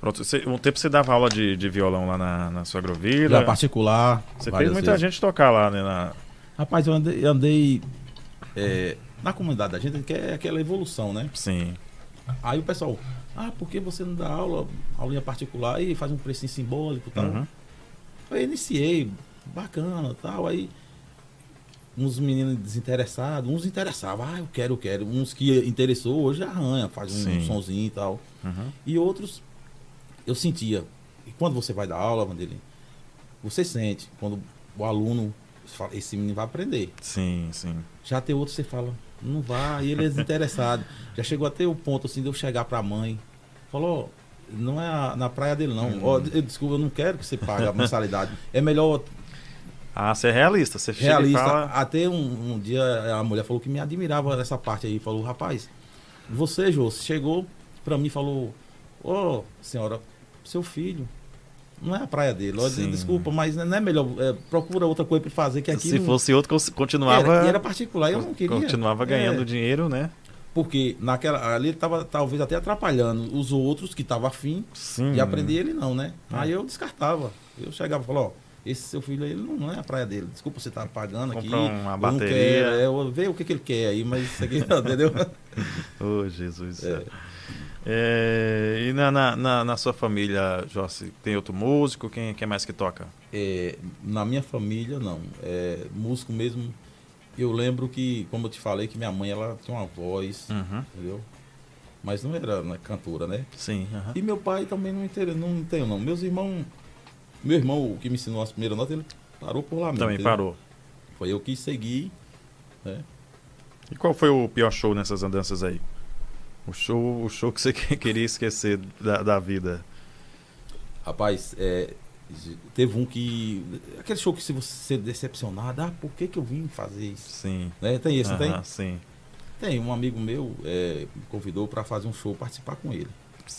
Pronto, você, um tempo você dava aula de, de violão lá na, na sua agrovila.
Já particular.
Você fez
várias
muita
vezes.
gente tocar lá, né? na-
Rapaz, eu andei, eu andei, é, na comunidade da gente, que é aquela evolução, né?
Sim.
Aí o pessoal, ah, por que você não dá aula, aulinha particular e faz um precinho simbólico e tal?
Uhum.
Eu iniciei, bacana tal, aí uns meninos desinteressados, uns interessavam, ah, eu quero, eu quero. Uns que interessou, hoje arranha, faz um
Sim.
sonzinho e tal.
Uhum.
E outros, eu sentia. E quando você vai dar aula, Vanderlei, você sente. Quando o aluno fala, esse menino vai aprender.
Sim, sim.
Já tem outro, que você fala, não vai, e ele é desinteressado. Já chegou até o ponto assim de eu chegar pra mãe, falou, ó, não é a- na praia dele não. Ó, eu- desculpa, eu não quero que você pague a mensalidade. É melhor
Ah, você é realista. Você chega e
realista.
fala-
Até um, um dia a mulher falou que me admirava nessa parte aí. Falou, rapaz, você, Jô, você chegou pra mim e falou, ô senhora, seu filho. Não é a praia dele. Ó,
Sim.
desculpa, mas não é melhor. é, procura outra coisa pra fazer que aqui.
Se
não...
fosse outro, cons- continuava.
era, e era particular, eu não queria.
Continuava ganhando
É.
dinheiro, né?
Porque naquela ali ele tava talvez até atrapalhando os outros que estavam afim
Sim.
de aprender ele não, né?
Uhum. É.
Aí eu descartava. Eu chegava e falava, ó, esse seu filho aí ele não é a praia dele. Desculpa, você tá pagando aqui.
Comprar uma
eu
bateria.
Não quero, é, eu ver o que, que ele quer aí, mas isso aqui, [LAUGHS] entendeu?
Oh, Jesus. do
É.
céu. É, e na, na, na, na sua família, Jossi, tem outro músico? Quem, quem mais que toca?
É, na minha família, não. É, músico mesmo, eu lembro que, como eu te falei, que minha mãe ela tinha uma voz,
Uhum.
entendeu? Mas não era né, cantora, né?
Sim. aham.
E meu pai também não entendeu, não entendeu não. Meus irmãos, meu irmão, o que me ensinou as primeiras notas, ele parou por lá mesmo.
Também
entendeu?
parou.
Foi eu que segui.
E qual foi o pior show nessas andanças aí? O show, o show que você [LAUGHS] que- queria esquecer da, da vida.
Rapaz, é, teve um que. Aquele show que se você ser decepcionado, ah, por que, que eu vim fazer isso?
Sim.
Né? Tem esse, não
Aham,
tem?
Sim.
Tem, um amigo meu é, me convidou pra fazer um show, participar com ele.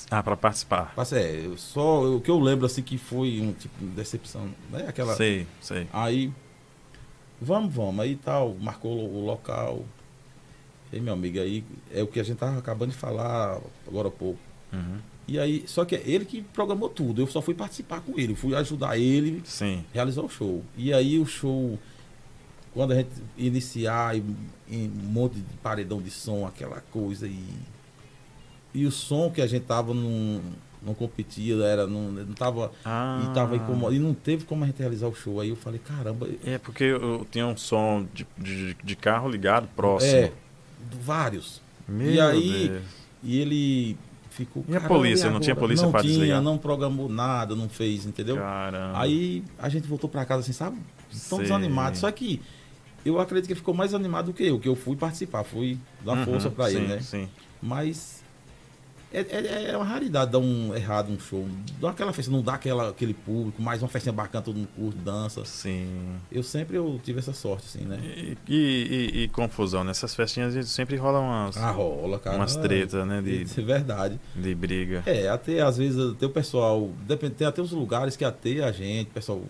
Ah, pra participar.
Mas é, eu só o que eu lembro assim que foi um tipo de decepção, né? Aquela.
Sei, sei.
Aí, vamos, vamos, aí tal, marcou o local. E aí, meu amigo, aí é o que a gente tava acabando de falar agora há pouco.
Uhum.
E aí, só que é ele que programou tudo, eu só fui participar com ele, fui ajudar ele
Sim.
realizar o show. E aí o show, quando a gente iniciar e, e um monte de paredão de som, aquela coisa e e o som que a gente tava num, não competia, era não, não tava
Ah.
e tava incomodado e não teve como a gente realizar o show. Aí eu falei, caramba,
É porque eu tinha um som de, de, de carro ligado próximo.
é vários.
Meu
E aí,
Deus.
E ele ficou
E a
"Caramba,
polícia? Não tinha
agora?"
polícia
não
pra
tinha,
desligar?
não programou nada, não fez, entendeu?
Caramba.
Aí a gente voltou pra casa assim, sabe? Tão
Sei.
desanimado. Só que eu acredito que ele ficou mais animado do que eu, que eu fui participar, fui dar
Uhum,
força pra ele,
sim,
né?
Sim.
Mas é, é- é uma raridade dar um errado um show. Dá aquela festa, não dá aquela, aquele público, mais uma festinha bacana, todo mundo curte, dança.
Sim.
Eu sempre eu tive essa sorte, assim, né?
E, e- e- e confusão. Nessas festinhas a gente sempre rola umas,
Ah, rola, cara.
umas tretas, né? De,
Isso é verdade.
de briga.
É, até às vezes até o pessoal, depende, tem até uns lugares que até a gente, o pessoal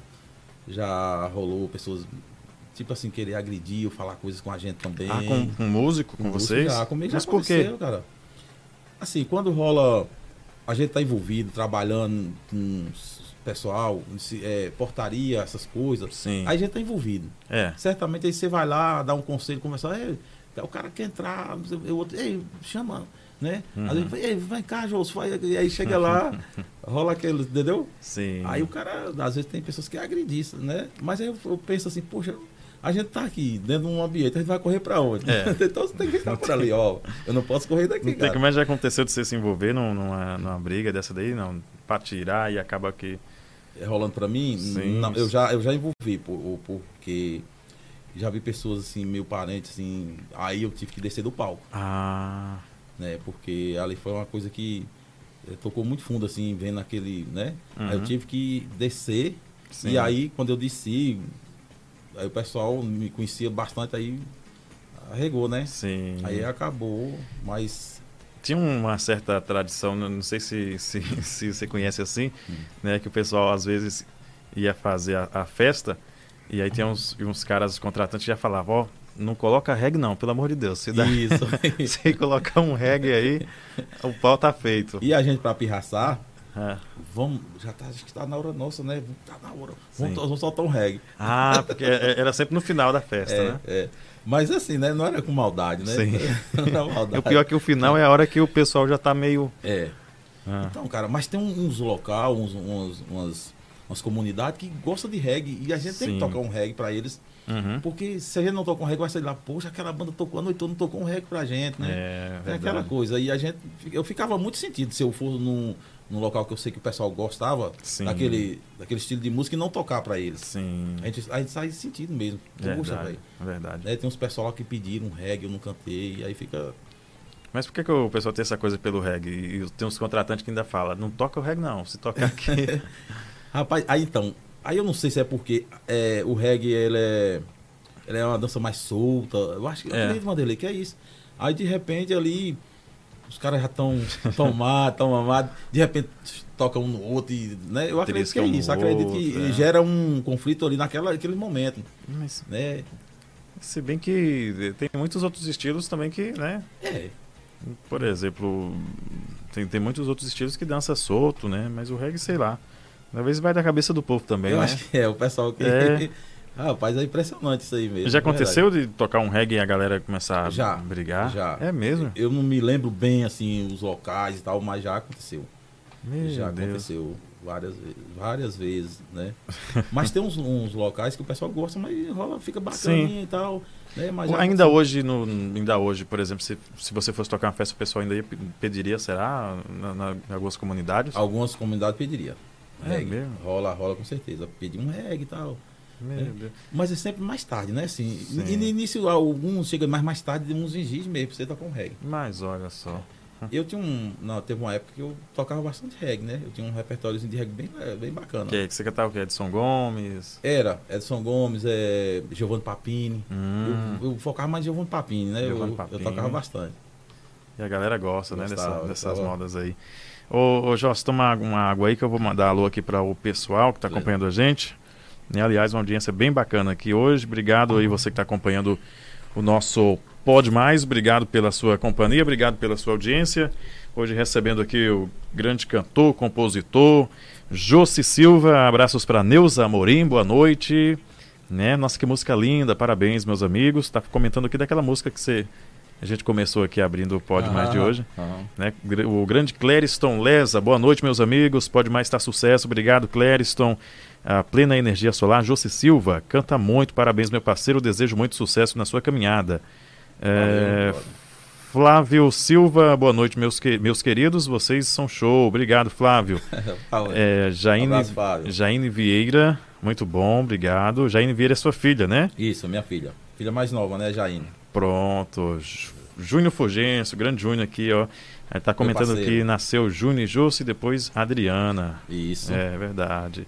já rolou pessoas tipo assim querer agredir ou falar coisas com a gente também.
Ah, com, com músico, com, vocês?
Já, comigo já
Mas por quê?
aconteceu, cara. Assim, quando rola a gente tá envolvido, trabalhando com s- pessoal, se- é, portaria, essas coisas,
Sim.
aí a gente tá envolvido.
É.
Certamente aí você vai lá, dá um conselho, conversar, "Ei, o cara quer entrar, não sei o quê", o outro, ei, chama, né?
Uhum.
Aí, ele, "Ei, vai cá, Jô, vai", e aí chega lá,
[LAUGHS]
rola aquele, entendeu?
Sim.
Aí o cara, às vezes tem pessoas que agredissem, né? Mas aí eu, eu penso assim, poxa, a gente tá aqui dentro de um ambiente, a gente vai correr pra onde?
É.
[LAUGHS] então você tem que estar por ali, ó, eu não posso correr daqui,
Não tem
cara.
como, mas já aconteceu de você se envolver num- numa, numa briga dessa daí, não? Pra tirar e acaba que.
É rolando pra mim,
Sim.
não, eu, já, eu já envolvi, por- o- porque já vi pessoas assim, meio parentes, assim, aí eu tive que descer do palco.
Ah.
né? Porque ali foi uma coisa que eh, tocou muito fundo, assim, vendo aquele, né?
Uhum.
Aí eu tive que descer.
Sim.
E aí, quando eu desci, aí o pessoal me conhecia bastante, aí arregou, né?
Sim.
Aí acabou, mas
Tinha uma certa tradição, né, não não sei se, se, [LAUGHS] se você conhece assim,
Hum.
né? Que o pessoal às vezes ia fazer a, a festa e aí tinha uns, uns caras, os contratantes, já falavam, ó, não coloca reggae não, pelo amor de Deus. Se, dá,
isso.
[LAUGHS] se colocar um reggae aí, o pau tá feito.
e a gente, pra pirraçar, É. Vamos, já tá, acho que tá na hora nossa, né? Tá na hora. Vamos, vamos soltar um reggae.
Ah, porque era sempre no final da festa,
É,
né?
é. Mas assim, né? Não era com maldade, né?
Sim.
[LAUGHS] Não era maldade.
O pior é que o final é a hora que o pessoal já tá meio.
É.
Ah.
Então, cara, mas tem um- uns local, uns, uns- umas, umas comunidades que gostam de reggae. E a gente tem
Sim.
que tocar um reggae pra eles.
Uhum.
Porque se a gente não tocar um reggae, vai sair lá, poxa, aquela banda tocou a noite toda, não tocou um reggae pra gente, né?
É,
É aquela
verdade.
coisa. E a gente. Eu ficava muito sentido se eu fosse num, num local que eu sei que o pessoal gostava
Sim.
daquele, daquele estilo de música e não tocar pra eles.
Sim.
A gente, a gente sai sentido mesmo. Poxa,
Verdade.
É velho.
verdade.
Né, Tem uns pessoal lá que pediram um reggae, eu não cantei, aí fica.
Mas por que, que o pessoal tem essa coisa pelo reggae? E tem uns contratantes que ainda falam, não toca o reggae não, se toca aqui.
[LAUGHS] Rapaz, aí então. Aí eu não sei se é porque é, o reggae ele é, ele é uma dança mais solta. Eu acho que. Eu
É.
acredito, Vanderlei, que é isso. Aí de repente ali. Os caras já estão
[LAUGHS]
tomados, tão mamados. De repente toca um no outro e. Né? Eu acredito que
Trisca
é
um
isso.
no
Acredito
outro,
que
é.
gera um conflito ali naquela, naquele momento.
Mas,
Né?
se bem que eh, tem muitos outros estilos também que, né?
É.
Por exemplo, tem, tem muitos outros estilos que dança solto, né? Mas o reggae, sei lá. Talvez vai da cabeça do povo também,
eu
né?
acho que é. O pessoal que.
É.
[LAUGHS] Rapaz, é impressionante isso aí mesmo.
Já
é verdade.
aconteceu de tocar um reggae e a galera começar a
Já,
brigar?
já.
É mesmo?
Eu não me lembro bem assim os locais e tal, mas já aconteceu.
É, Meu
já
Deus.
aconteceu várias, ve- várias vezes, né? [LAUGHS] Mas tem uns, uns locais que o pessoal gosta, mas rola, fica bacaninha e tal. Né? Mas já
Ainda
aconteceu.
hoje, no, ainda hoje, por exemplo, se, se você fosse tocar uma festa, o pessoal ainda ia pe- pediria, será? Na, na- em algumas comunidades?
Algumas comunidades pediria.
É
Reggae.
mesmo?
rola, rola com certeza. Pedir um reggae e tal.
Meu
né?
Deus.
Mas é sempre mais tarde, né? Assim,
Sim.
E no início alguns chegam mais, mais tarde, uns exigem mesmo pra você tocar um reggae.
Mas olha só.
Eu tinha um. Não, teve uma época que eu tocava bastante reggae, né? Eu tinha um repertóriozinho de reggae bem, le- bem bacana.
Que, que você cantava o quê? Edson Gomes?
Era Edson Gomes, é, Giovanni Papini.
Hum,
Eu, eu focava mais em Giovanni Papini, né? Eu,
Giovanni
eu
Papini.
tocava bastante.
E a galera gosta, né?
Gostava,
dessa- dessas
gostava.
modas aí. Ô, ô Jorge, toma uma água aí que eu vou mandar alô aqui para o pessoal que está
Beleza.
acompanhando a gente. E, aliás, uma audiência bem bacana aqui hoje. Obrigado aí você que está acompanhando o nosso Pod Mais. Obrigado pela sua companhia, obrigado pela sua audiência. Hoje recebendo aqui o grande cantor, compositor, Josi Silva. Abraços para Neuza Amorim, boa noite. Né? Nossa, que música linda, parabéns, meus amigos. Tá comentando aqui daquela música que você. A gente começou aqui abrindo o Pod Mais de
Aham,
hoje.
aham.
né? Gr- O grande Clériston Leza, boa noite, meus amigos. Pode mais estar sucesso. Obrigado, Clériston. A plena energia solar, Josi Silva, canta muito, parabéns, meu parceiro. Desejo muito sucesso na sua caminhada. É,
Valeu, brother.
Flávio Silva, boa noite, meus, que- meus queridos. Vocês são show. Obrigado, Flávio.
Fala.
É, Jaine,
Abraço, Fábio.
Jaine Vieira, muito bom, obrigado. Jaine Vieira é sua filha, né?
Isso, minha filha. Filha mais nova, né, Jaine?
Pronto. Jú- Júnior Fulgêncio, grande Júnior aqui, ó. Ele tá comentando
parceiro.
que nasceu Júnior e Jússi, depois Adriana.
Isso.
É verdade.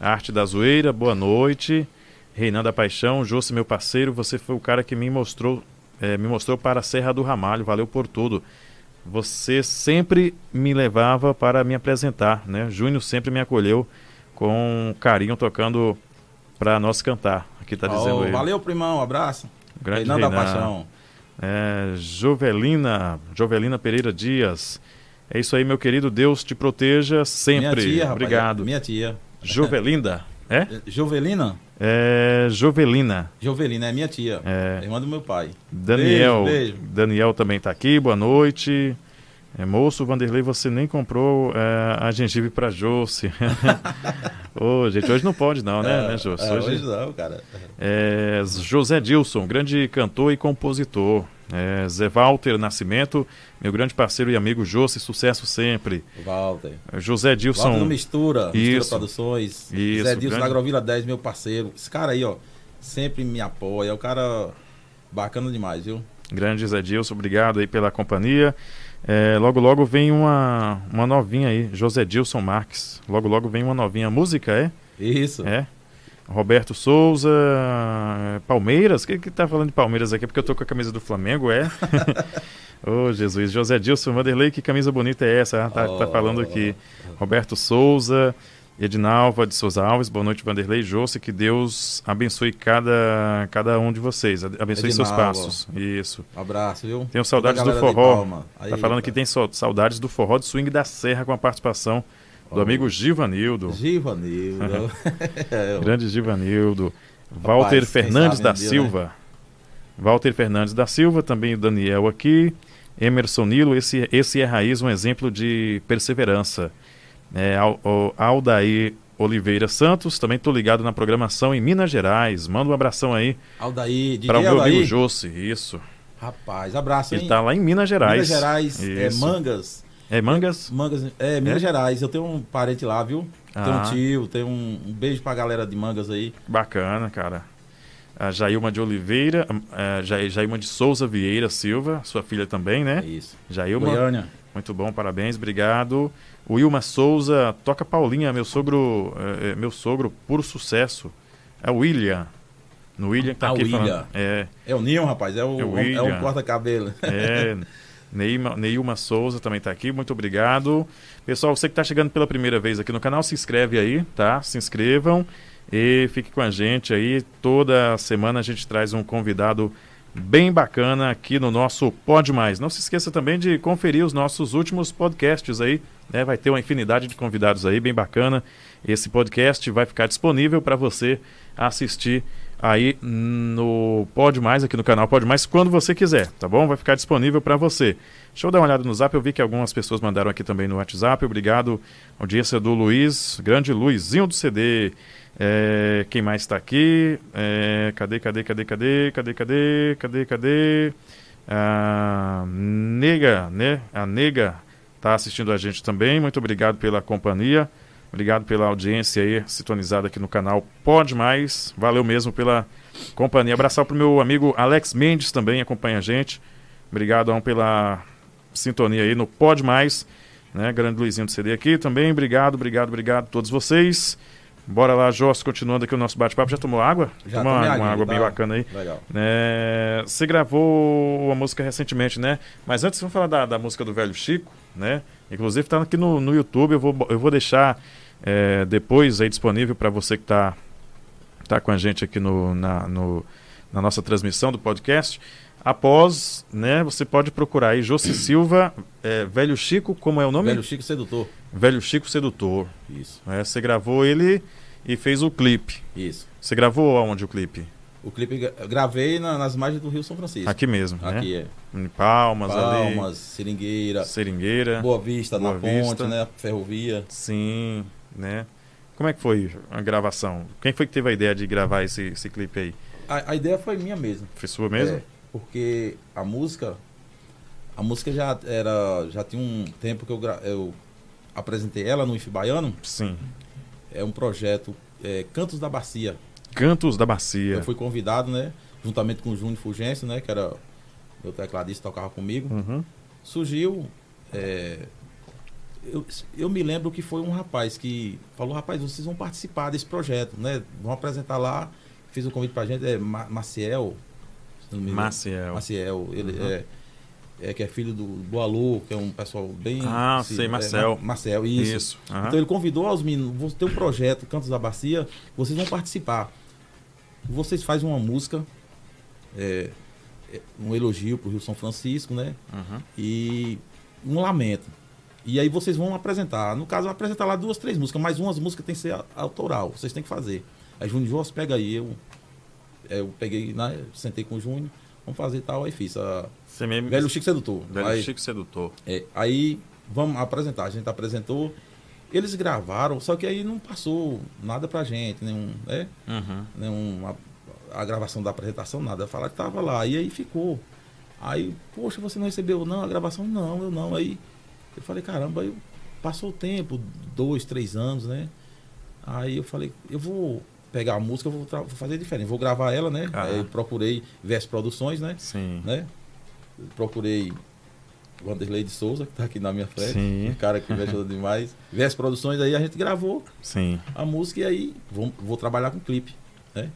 Arte da Zoeira, boa noite. Reinan da Paixão, Jússi, meu parceiro, você foi o cara que me mostrou, eh, me mostrou para a Serra do Ramalho, valeu por tudo. Você sempre me levava para me apresentar, né? Júnior sempre me acolheu com carinho, tocando para nós cantar. Aqui tá dizendo
Ó,
ele.
valeu, primão. Abraço.
Grande
Reinaldo da
Reinan.
Paixão.
É, Jovelina, Jovelina Pereira Dias. É isso aí, meu querido. Deus te proteja
Minha
sempre.
tia, rapaz.
Obrigado.
Minha tia. [LAUGHS]
Jovelinda. É?
É, Jovelina?
É, Jovelina.
Jovelina é minha tia.
É,
Irmã do meu pai.
Daniel.
Beijo, beijo.
Daniel também tá aqui. Boa noite. É, moço, Vanderlei, você nem comprou é, a gengibre pra
[LAUGHS]
Josi. Ô, gente, hoje não pode não, né, né Josi?
É, hoje não, cara.
É, José Dilson, grande cantor e compositor. É, Zé Walter Nascimento, meu grande parceiro e amigo Jossi, sucesso sempre.
Walter.
José Dilson.
Walter do Mistura. Mistura
um Isso.
Produções.
Isso,
Zé Dilson
grande.
da Agrovila 10, meu parceiro. Esse cara aí, ó. Sempre me apoia. É um cara bacana demais, viu?
Grande Zé Dilson, obrigado aí pela companhia. É, logo, logo vem uma, uma novinha aí, José Dilson Marques. Logo, logo vem uma novinha. A Música, é?
Isso.
É. Roberto Souza, Palmeiras? Quem que tá falando de Palmeiras aqui? Porque eu tô com a camisa do Flamengo, é? Ô, Jesus. José Dilson, Vanderlei, que camisa bonita é essa? Ah, Tá, tá
Oh.
falando aqui. Roberto Souza, Edinalva de Souza Alves, boa noite, Vanderlei. José, que Deus abençoe cada, cada um de vocês. Abençoe seus
Edinalva.
passos. Isso.
Abraço, viu?
Tenho saudades
Toda a
do
galera de
forró.
Palma. Aí,
tá falando
cara.
que tem so- saudades do forró de swing da Serra com a participação do amigo Givanildo.
[LAUGHS] Givanildo. É,
Grande Givanildo. Walter
Rapaz, quem
Fernandes
sabe
da
um dia,
Silva. Walter Fernandes da Silva, também o Daniel aqui. Emerson Nilo, esse, esse é raiz, um exemplo de perseverança. É, Al- o- Aldair Oliveira Santos, também estou ligado na programação em Minas Gerais. Manda um abração aí
Aldaí, DJ
para o meu amigo
Aldaí.
Josse. Isso.
Rapaz, abraço, hein?
Ele está lá em Minas Gerais.
Minas Gerais, é,
Isso.
Mangas.
É Mangas?
Mangas, é, Minas Gerais. Eu tenho um parente lá, viu? Tem
Ah.
um tio, tem um, um beijo pra galera de Mangas aí.
Bacana, cara. A Jailma de Oliveira, a Ja- Jailma de Souza Vieira Silva, sua filha também,
É
né?
isso.
Jailma,
Goiânia.
muito bom, parabéns, obrigado. O Wilma Souza, toca Paulinha, meu sogro, eh, eh, meu sogro, puro sucesso. É o William. No William que tá
Ah,
aqui
William.
falando. É,
É o Ninho, rapaz. É o,
É
é
o
o,
William.
corta-cabelo.
é. Neima, Neilma Souza também tá aqui, muito obrigado. Pessoal, você que tá chegando pela primeira vez aqui no canal, se inscreve aí, tá? Se inscrevam e fique com a gente aí. Toda semana a gente traz um convidado bem bacana aqui no nosso Pode Mais. Não se esqueça também de conferir os nossos últimos podcasts aí, né? Vai ter uma infinidade de convidados aí, bem bacana. Esse podcast vai ficar disponível para você assistir aí no Pode Mais, aqui no canal Pode Mais, quando você quiser, tá bom? Vai ficar disponível para você. Deixa eu dar uma olhada no zap, eu vi que algumas pessoas mandaram aqui também no WhatsApp. Obrigado, audiência do Luiz, grande Luizinho do CD. É, quem mais está aqui? É, cadê, cadê, cadê, cadê, cadê, cadê, cadê, cadê? A Ah, Nega, né? A Nega está assistindo a gente também. Muito obrigado pela companhia. Obrigado pela audiência aí, sintonizada aqui no canal Pode Mais. Valeu mesmo pela companhia. Abraçar pro meu amigo Alex Mendes também, acompanha a gente. Obrigado Aon, pela sintonia aí no Pode Mais. Né? Grande Luizinho do CD aqui também. Obrigado, obrigado, obrigado a todos vocês. Bora lá, Jorge, continuando aqui o nosso bate-papo. Já tomou água?
Já
Tomou uma,
tomei
uma
aguinha,
água bem
tá?
bacana aí.
[LAUGHS] Legal.
É, você gravou uma música recentemente, né? Mas antes, vamos falar da, da música do Velho Chico, né? Inclusive, tá aqui no, no YouTube. Eu vou, bo- eu vou deixar é, depois aí disponível para você que tá, tá com a gente aqui no, na, no- na nossa transmissão do podcast. Após, né? Você pode procurar aí Josi Silva, é, Velho Chico, como é o nome?
Velho Chico Sedutor.
Velho Chico Sedutor.
Isso,
né? Você gravou ele e fez o clipe.
isso.
Você gravou aonde o clipe?
O clipe gra- eu gravei na- nas margens do Rio São Francisco.
Aqui mesmo, né?
Aqui é.
Em Palmas, ali.
Palmas, Seringueira,
Seringueira.
Tá. Boa Vista,
Boa
na
Vista.
ponte, né? Ferrovia.
Sim, né? Como é que foi a gravação? Quem foi que teve a ideia de gravar esse, esse clipe aí?
A, a ideia foi minha mesmo.
Foi sua mesmo?
É, porque a música, a música já era, já tinha um tempo que eu, gra- eu apresentei ela no IF Baiano.
Sim.
É um projeto é, Cantos da Bacia.
Cantos da Bacia.
Eu fui convidado, né? Juntamente com o Júnior Fulgêncio, né? Que era meu tecladista, tocava comigo.
Uhum.
surgiu. é, eu, eu me lembro que foi um rapaz que falou: rapaz, vocês vão participar desse projeto, né? Vão apresentar lá. Fez um convite pra gente, é Ma- Maciel. se não me engano.
Maciel. Uhum.
Maciel, ele é, é que é filho do Boalu, que é um pessoal bem.
Ah,
conhecido,
sei,
é,
Marcel.
Ma- Marcel, isso.
Isso. aham.
Então ele convidou os meninos, você tem um projeto, Cantos da Bacia, vocês vão participar. Vocês fazem uma música, é, é, um elogio pro Rio São Francisco, né?
Uhum.
e um lamento. E aí vocês vão apresentar. No caso, vai apresentar lá duas, três músicas, mas umas músicas tem que ser a- autoral, vocês têm que fazer. Aí Júnior Jorge pega aí, eu, eu peguei, né, sentei com o Júnior, vamos fazer tal, aí fiz. A...
Você mesmo...
Velho Chico Sedutor.
Velho
aí,
Chico Sedutor.
é, aí vamos apresentar, a gente apresentou, eles gravaram, só que aí não passou nada pra gente, nenhum, né?
Uhum.
nenhum, a, a gravação da apresentação, nada. Falar que tava lá. E aí ficou. Aí, poxa, você não recebeu não a gravação? Não, eu não. Aí eu falei, caramba, aí passou o tempo, dois, três anos, né? Aí eu falei, eu vou pegar a música, eu vou, tra- vou fazer diferente, vou gravar ela, né?
Aham.
Aí eu procurei Vers Produções, né?
Sim.
né? Eu Procurei Vanderlei de Souza, que tá aqui na minha frente,
Sim.
um cara que me ajuda demais. Vers Produções, aí a gente gravou
Sim.
a música e aí vou, vou trabalhar com clipe.
aham.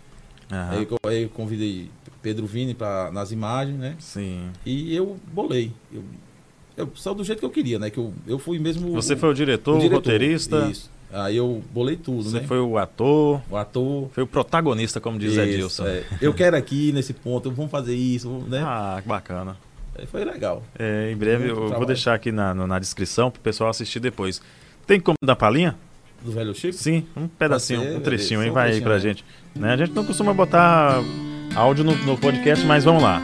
Aí, eu, aí eu convidei Pedro Vini pra, nas imagens, né?
Sim.
E eu bolei. Eu, eu- só do jeito que eu queria, né? Que eu, eu fui mesmo. um
Você foi o diretor, o, roteirista,
Isso. Aí eu bolei tudo,
você
né?
foi o ator,
O ator.
foi o protagonista, como diz
Isso,
Edilson.
é. Eu quero aqui nesse ponto, vamos fazer isso, vamos, né?
Ah, que bacana.
Aí Foi legal.
É, em breve
Muito
eu vou
trabalho.
deixar aqui na, no- na descrição para o pessoal assistir depois. Tem como dar palhinha?
Do velho Chico?
Sim, um pedacinho,
Pode ser,
um trechinho,
beleza,
hein?
só um
Vai aí
trechinho,
pra
né?
gente. Né? A gente não costuma botar áudio no, no podcast, mas vamos lá.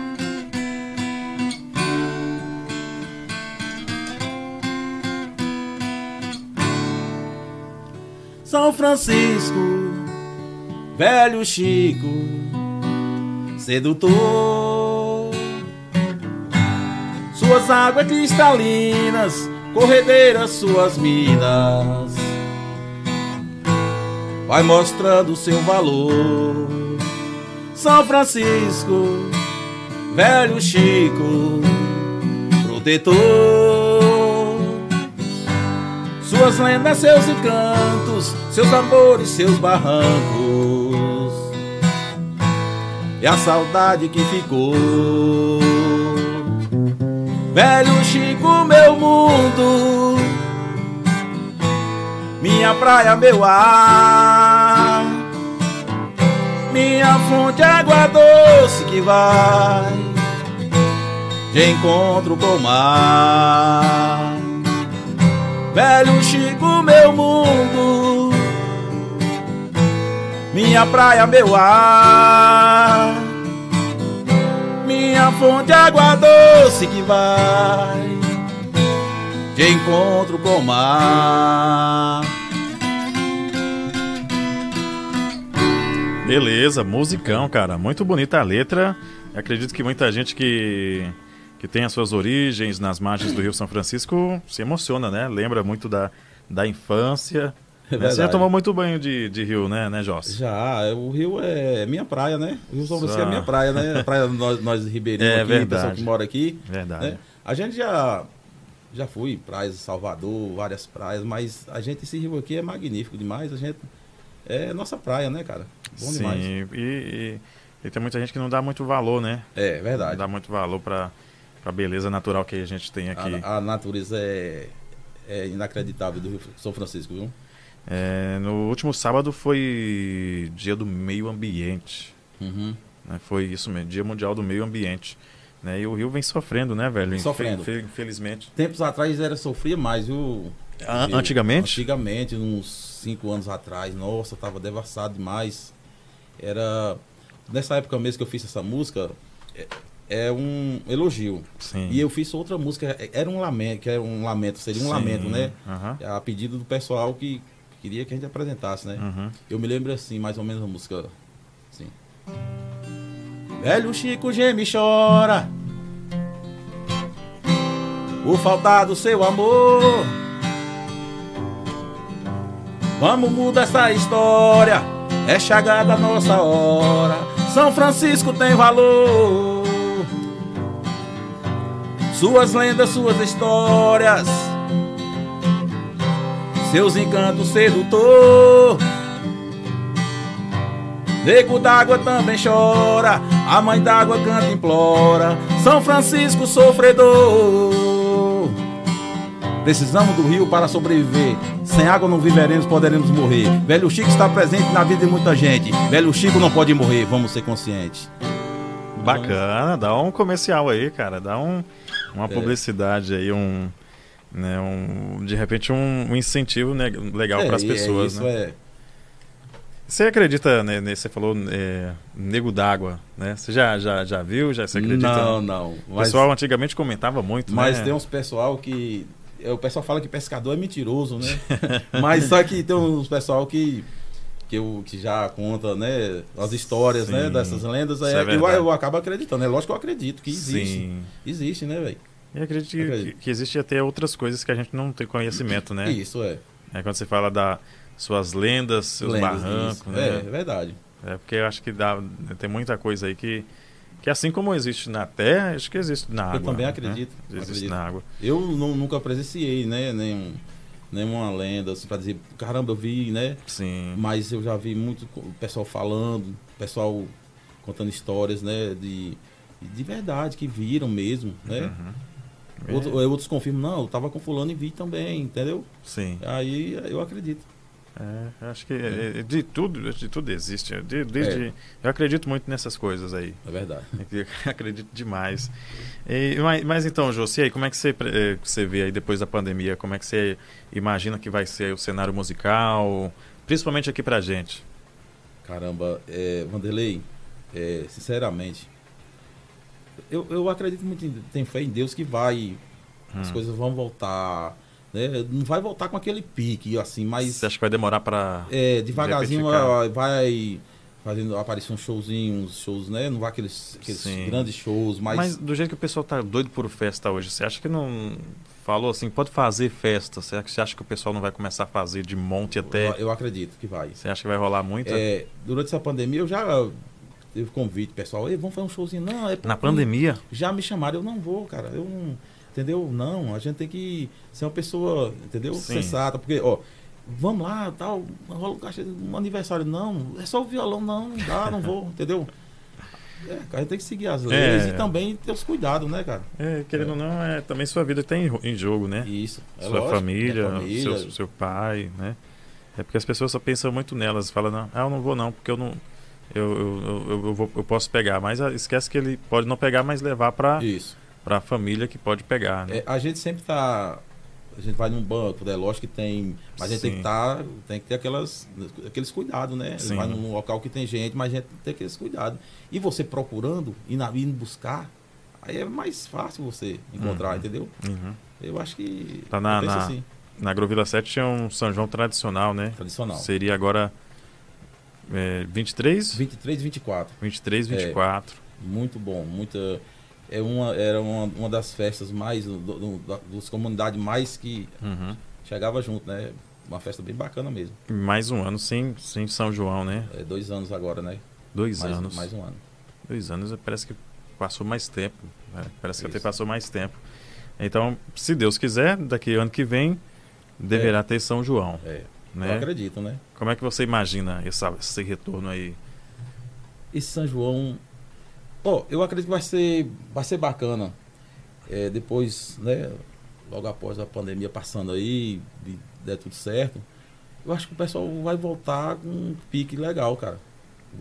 São Francisco, velho Chico, sedutor. Suas águas cristalinas, corredeiras suas minas, vai mostrando seu valor. São Francisco, velho Chico, protetor. Suas lendas, seus encantos, seus amores, seus barrancos. E a saudade que ficou. Velho Chico, meu mundo, minha praia, meu ar, minha fonte, água doce que vai de encontro com o mar. Velho Chico, meu mundo, minha praia, meu ar, minha fonte, água doce que vai de encontro com o mar.
Beleza, musicão, cara. Muito bonita a letra. Acredito que muita gente que, que tem as suas origens nas margens do Rio São Francisco se emociona, né? Lembra muito da, da infância.
É
Né? Você já
verdade.
tomou muito banho de, de rio, né, né, Joss?
Já, é, o Rio é minha praia, né? O Rio São Francisco é
Só.
minha praia, né? A praia de nós, nós
[LAUGHS]
ribeirinhos
É
aqui,
verdade.
pessoal que mora aqui.
Verdade.
né? A gente já, já fui em praias de Salvador, várias praias, mas a gente, esse rio aqui é magnífico demais. A gente. É nossa praia, né, cara? Bom
Sim,
demais.
e, e- e tem muita gente que não dá muito valor, né?
É,
Não
verdade.
dá muito valor pra, pra beleza natural que a gente tem aqui.
A, a natureza é, é inacreditável do Rio São Francisco, viu?
É, no último sábado foi dia do meio ambiente.
Uhum.
né? Foi isso mesmo, Dia Mundial do Meio Ambiente. né? E o Rio vem sofrendo, né, velho? Infe-
Sofrendo.
fe- Infelizmente.
Tempos atrás era sofria mais, viu?
A-
Viu?
antigamente?
Ah, Antigamente, uns cinco anos atrás, nossa, tava devassado demais. Era. Nessa época mesmo que eu fiz essa música, é, é um elogio.
Sim.
E eu fiz outra música, é- era um lamento, que era um lamento, seria um
Sim,
lamento, né?
aham.
A pedido do pessoal que queria que a gente apresentasse, né?
Uhum.
Eu me lembro assim, mais ou menos a música. Assim. Velho Chico geme e chora Por faltar do seu amor Vamos mudar essa história É chegada a nossa hora São Francisco tem valor Suas lendas, suas histórias Seus encantos sedutor Nego d'água também chora, a mãe d'água canta e implora. São Francisco sofredor. Precisamos do rio para sobreviver. Sem água não viveremos, poderemos morrer. Velho Chico está presente na vida de muita gente. Velho Chico não pode morrer, vamos ser conscientes. Então,
Bacana, dá um comercial aí, cara. Dá um,
É.
uma publicidade aí, um, né, um. De repente, um, um incentivo né, legal para as
É, e
pessoas,
é, isso
né?
é.
Você acredita, né, né, você falou é, nego d'água, né? Você já, já, já viu? Já, você acredita?
Não, não.
O
Mas,
Tá pessoal antigamente comentava muito,
mas um
né?
tem uns pessoal que. é, O pessoal fala que pescador é
[LAUGHS]
mentiroso, né? mas só que tem uns pessoal que. que, eu, que já conta, né, as histórias,
Sim.
né, dessas lendas,
Isso é
é, eu,
verdade.
eu acabo acreditando, é lógico que eu acredito que existe.
Sim.
Existe, né, velho?
E acredito que,
Acredito.
que- que existe até outras coisas que a gente não tem conhecimento, né?
Isso, é.
É quando você fala das suas lendas, seus
Lendas,
barrancos,
isso. É, é
né?
verdade.
É. porque eu acho que dá, tem muita coisa aí que, que assim como existe na terra, acho que existe na
Eu
água.
também
né?
acredito,
Existe
acredito.
na água.
Eu nu- nunca presenciei, né, nenhum, nenhuma lenda, assim, pra dizer, caramba, eu vi, né,
Sim.
mas eu já vi muito co- o pessoal falando, o pessoal contando histórias, né, de, de verdade, que viram mesmo, né?
É,
Outro- Outros confirmam, não, eu tava com fulano e vi também, entendeu?
sim.
Aí eu acredito.
É, acho que é, de tudo, de tudo existe. De, desde, Eu acredito muito nessas coisas
[LAUGHS]
aí.
É verdade.
Eu acredito demais. E, mas, mas então, José, aí como é que você, eh, você vê aí depois da pandemia? Como é que você imagina que vai ser o cenário musical, principalmente aqui pra gente?
Caramba, é, Vanderlei, é, sinceramente, eu, eu acredito muito, em, tenho fé em Deus que vai, as
Hum.
coisas vão voltar, né? Não vai voltar com aquele pique, assim, mas
Você acha que vai demorar pra.
é, devagarzinho
Repetir, cara.
ó, vai fazendo aparecer uns showzinhos, uns shows, né? Não vai aqueles, aqueles
Sim.
grandes shows, mas,
Mas... do jeito que o pessoal tá doido por festa hoje, você acha que não. Falou assim, pode fazer festa. Você acha- você acha que o pessoal não vai começar a fazer de monte
eu,
até. Então.
eu acredito que vai.
Você acha que vai rolar muito?
É, durante essa pandemia eu já teve convite, pessoal, Ei, vamos fazer um showzinho, não, é
Na
porque-
pandemia?
já me chamaram, eu não vou, cara. Eu não, entendeu? Não, a gente tem que ser uma pessoa, entendeu?
Sim.
Sensata, porque ó, vamos lá, tal, rola um caixa- um aniversário não, é só o violão não, não dá, não vou, entendeu? É, cara, a gente tem que seguir as leis
É.
e também ter os cuidados, né, cara?
É, querendo
É.
ou não, é, também sua vida tem em- em jogo, né?
Isso. é
sua
lógico,
família,
minha família.
Seu, seu pai, né? É porque as pessoas só pensam muito nelas, falam, não, ah, eu não vou não, porque eu não. Eu, eu, eu, eu, vou- eu posso pegar, mas ah, esquece que ele pode não pegar, mas levar pra,
Isso.
pra família que pode pegar, né?
É, a gente sempre tá. A gente vai num banco, né? Lógico que tem. Mas a gente tem
Sim.
que, tá, tem que ter aquelas, aqueles cuidados, né?
Sim.
Vai num local que tem gente, mas a gente tem aqueles cuidados. E você procurando, indo, indo buscar, aí é mais fácil você encontrar,
Uhum.
entendeu?
Uhum.
Eu acho que.
Tá na-
eu penso
na-
assim,
Na Agrovila 7 tinha um São João tradicional, né?
tradicional.
Seria agora é, 23?
23, 24.
23, 24.
Muito bom, muita. É uma, era uma, uma das festas mais. Do, do, da- dos comunidades mais que
Uhum.
chegava junto, né? Uma festa bem bacana mesmo.
E Mais um ano sem, sem São João, né?
É dois anos agora, né?
Dois
mais,
anos.
mais um ano.
Dois anos parece que passou mais tempo. né? Parece que até
Isso.
passou mais tempo. Então, se Deus quiser, daqui ano que vem deverá ter São João,
É, Eu
né?
acredito, né?
Como é que você imagina essa- esse retorno aí?
Esse São João. Ó, eu acredito que vai ser, vai ser bacana. É, depois, né? Logo após a pandemia passando aí, e der tudo certo. Eu acho que o pessoal vai voltar com um pique legal, cara.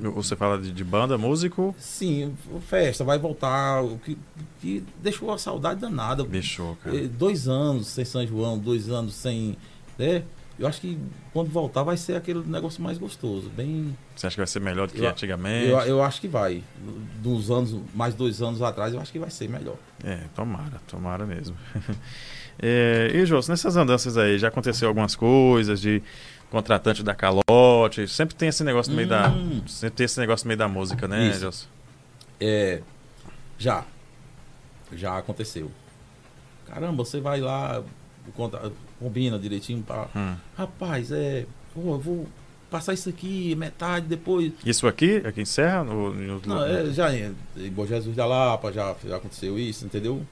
Você fala de, de banda, músico?
Sim, festa, vai voltar. O que, que deixou a saudade danada.
Deixou, cara.
É, dois anos sem São João, dois anos sem. Né? Eu acho que quando voltar vai ser aquele negócio mais gostoso, bem
Você acha que vai ser melhor do que
Eu-
antigamente?
Eu, eu acho que vai. Dos anos, mais dois anos atrás, eu acho que vai ser melhor.
É, tomara, tomara mesmo. [LAUGHS] É, e, Jôs, nessas andanças aí, já aconteceu algumas coisas de contratante da calote? Sempre tem esse negócio no meio da.
Hum.
Sempre tem esse negócio no meio da música, né,
Isso.
Jôs?
É, já. Já aconteceu. Caramba, você vai lá, conta- combina direitinho. Pra...
Hum.
Rapaz, é. pô, eu vou passar isso aqui, metade, depois.
Isso aqui? é Aqui em Serra? No, em outro
Não,
lugar?
é, já em em Bom Jesus da Lapa já, já aconteceu isso, entendeu?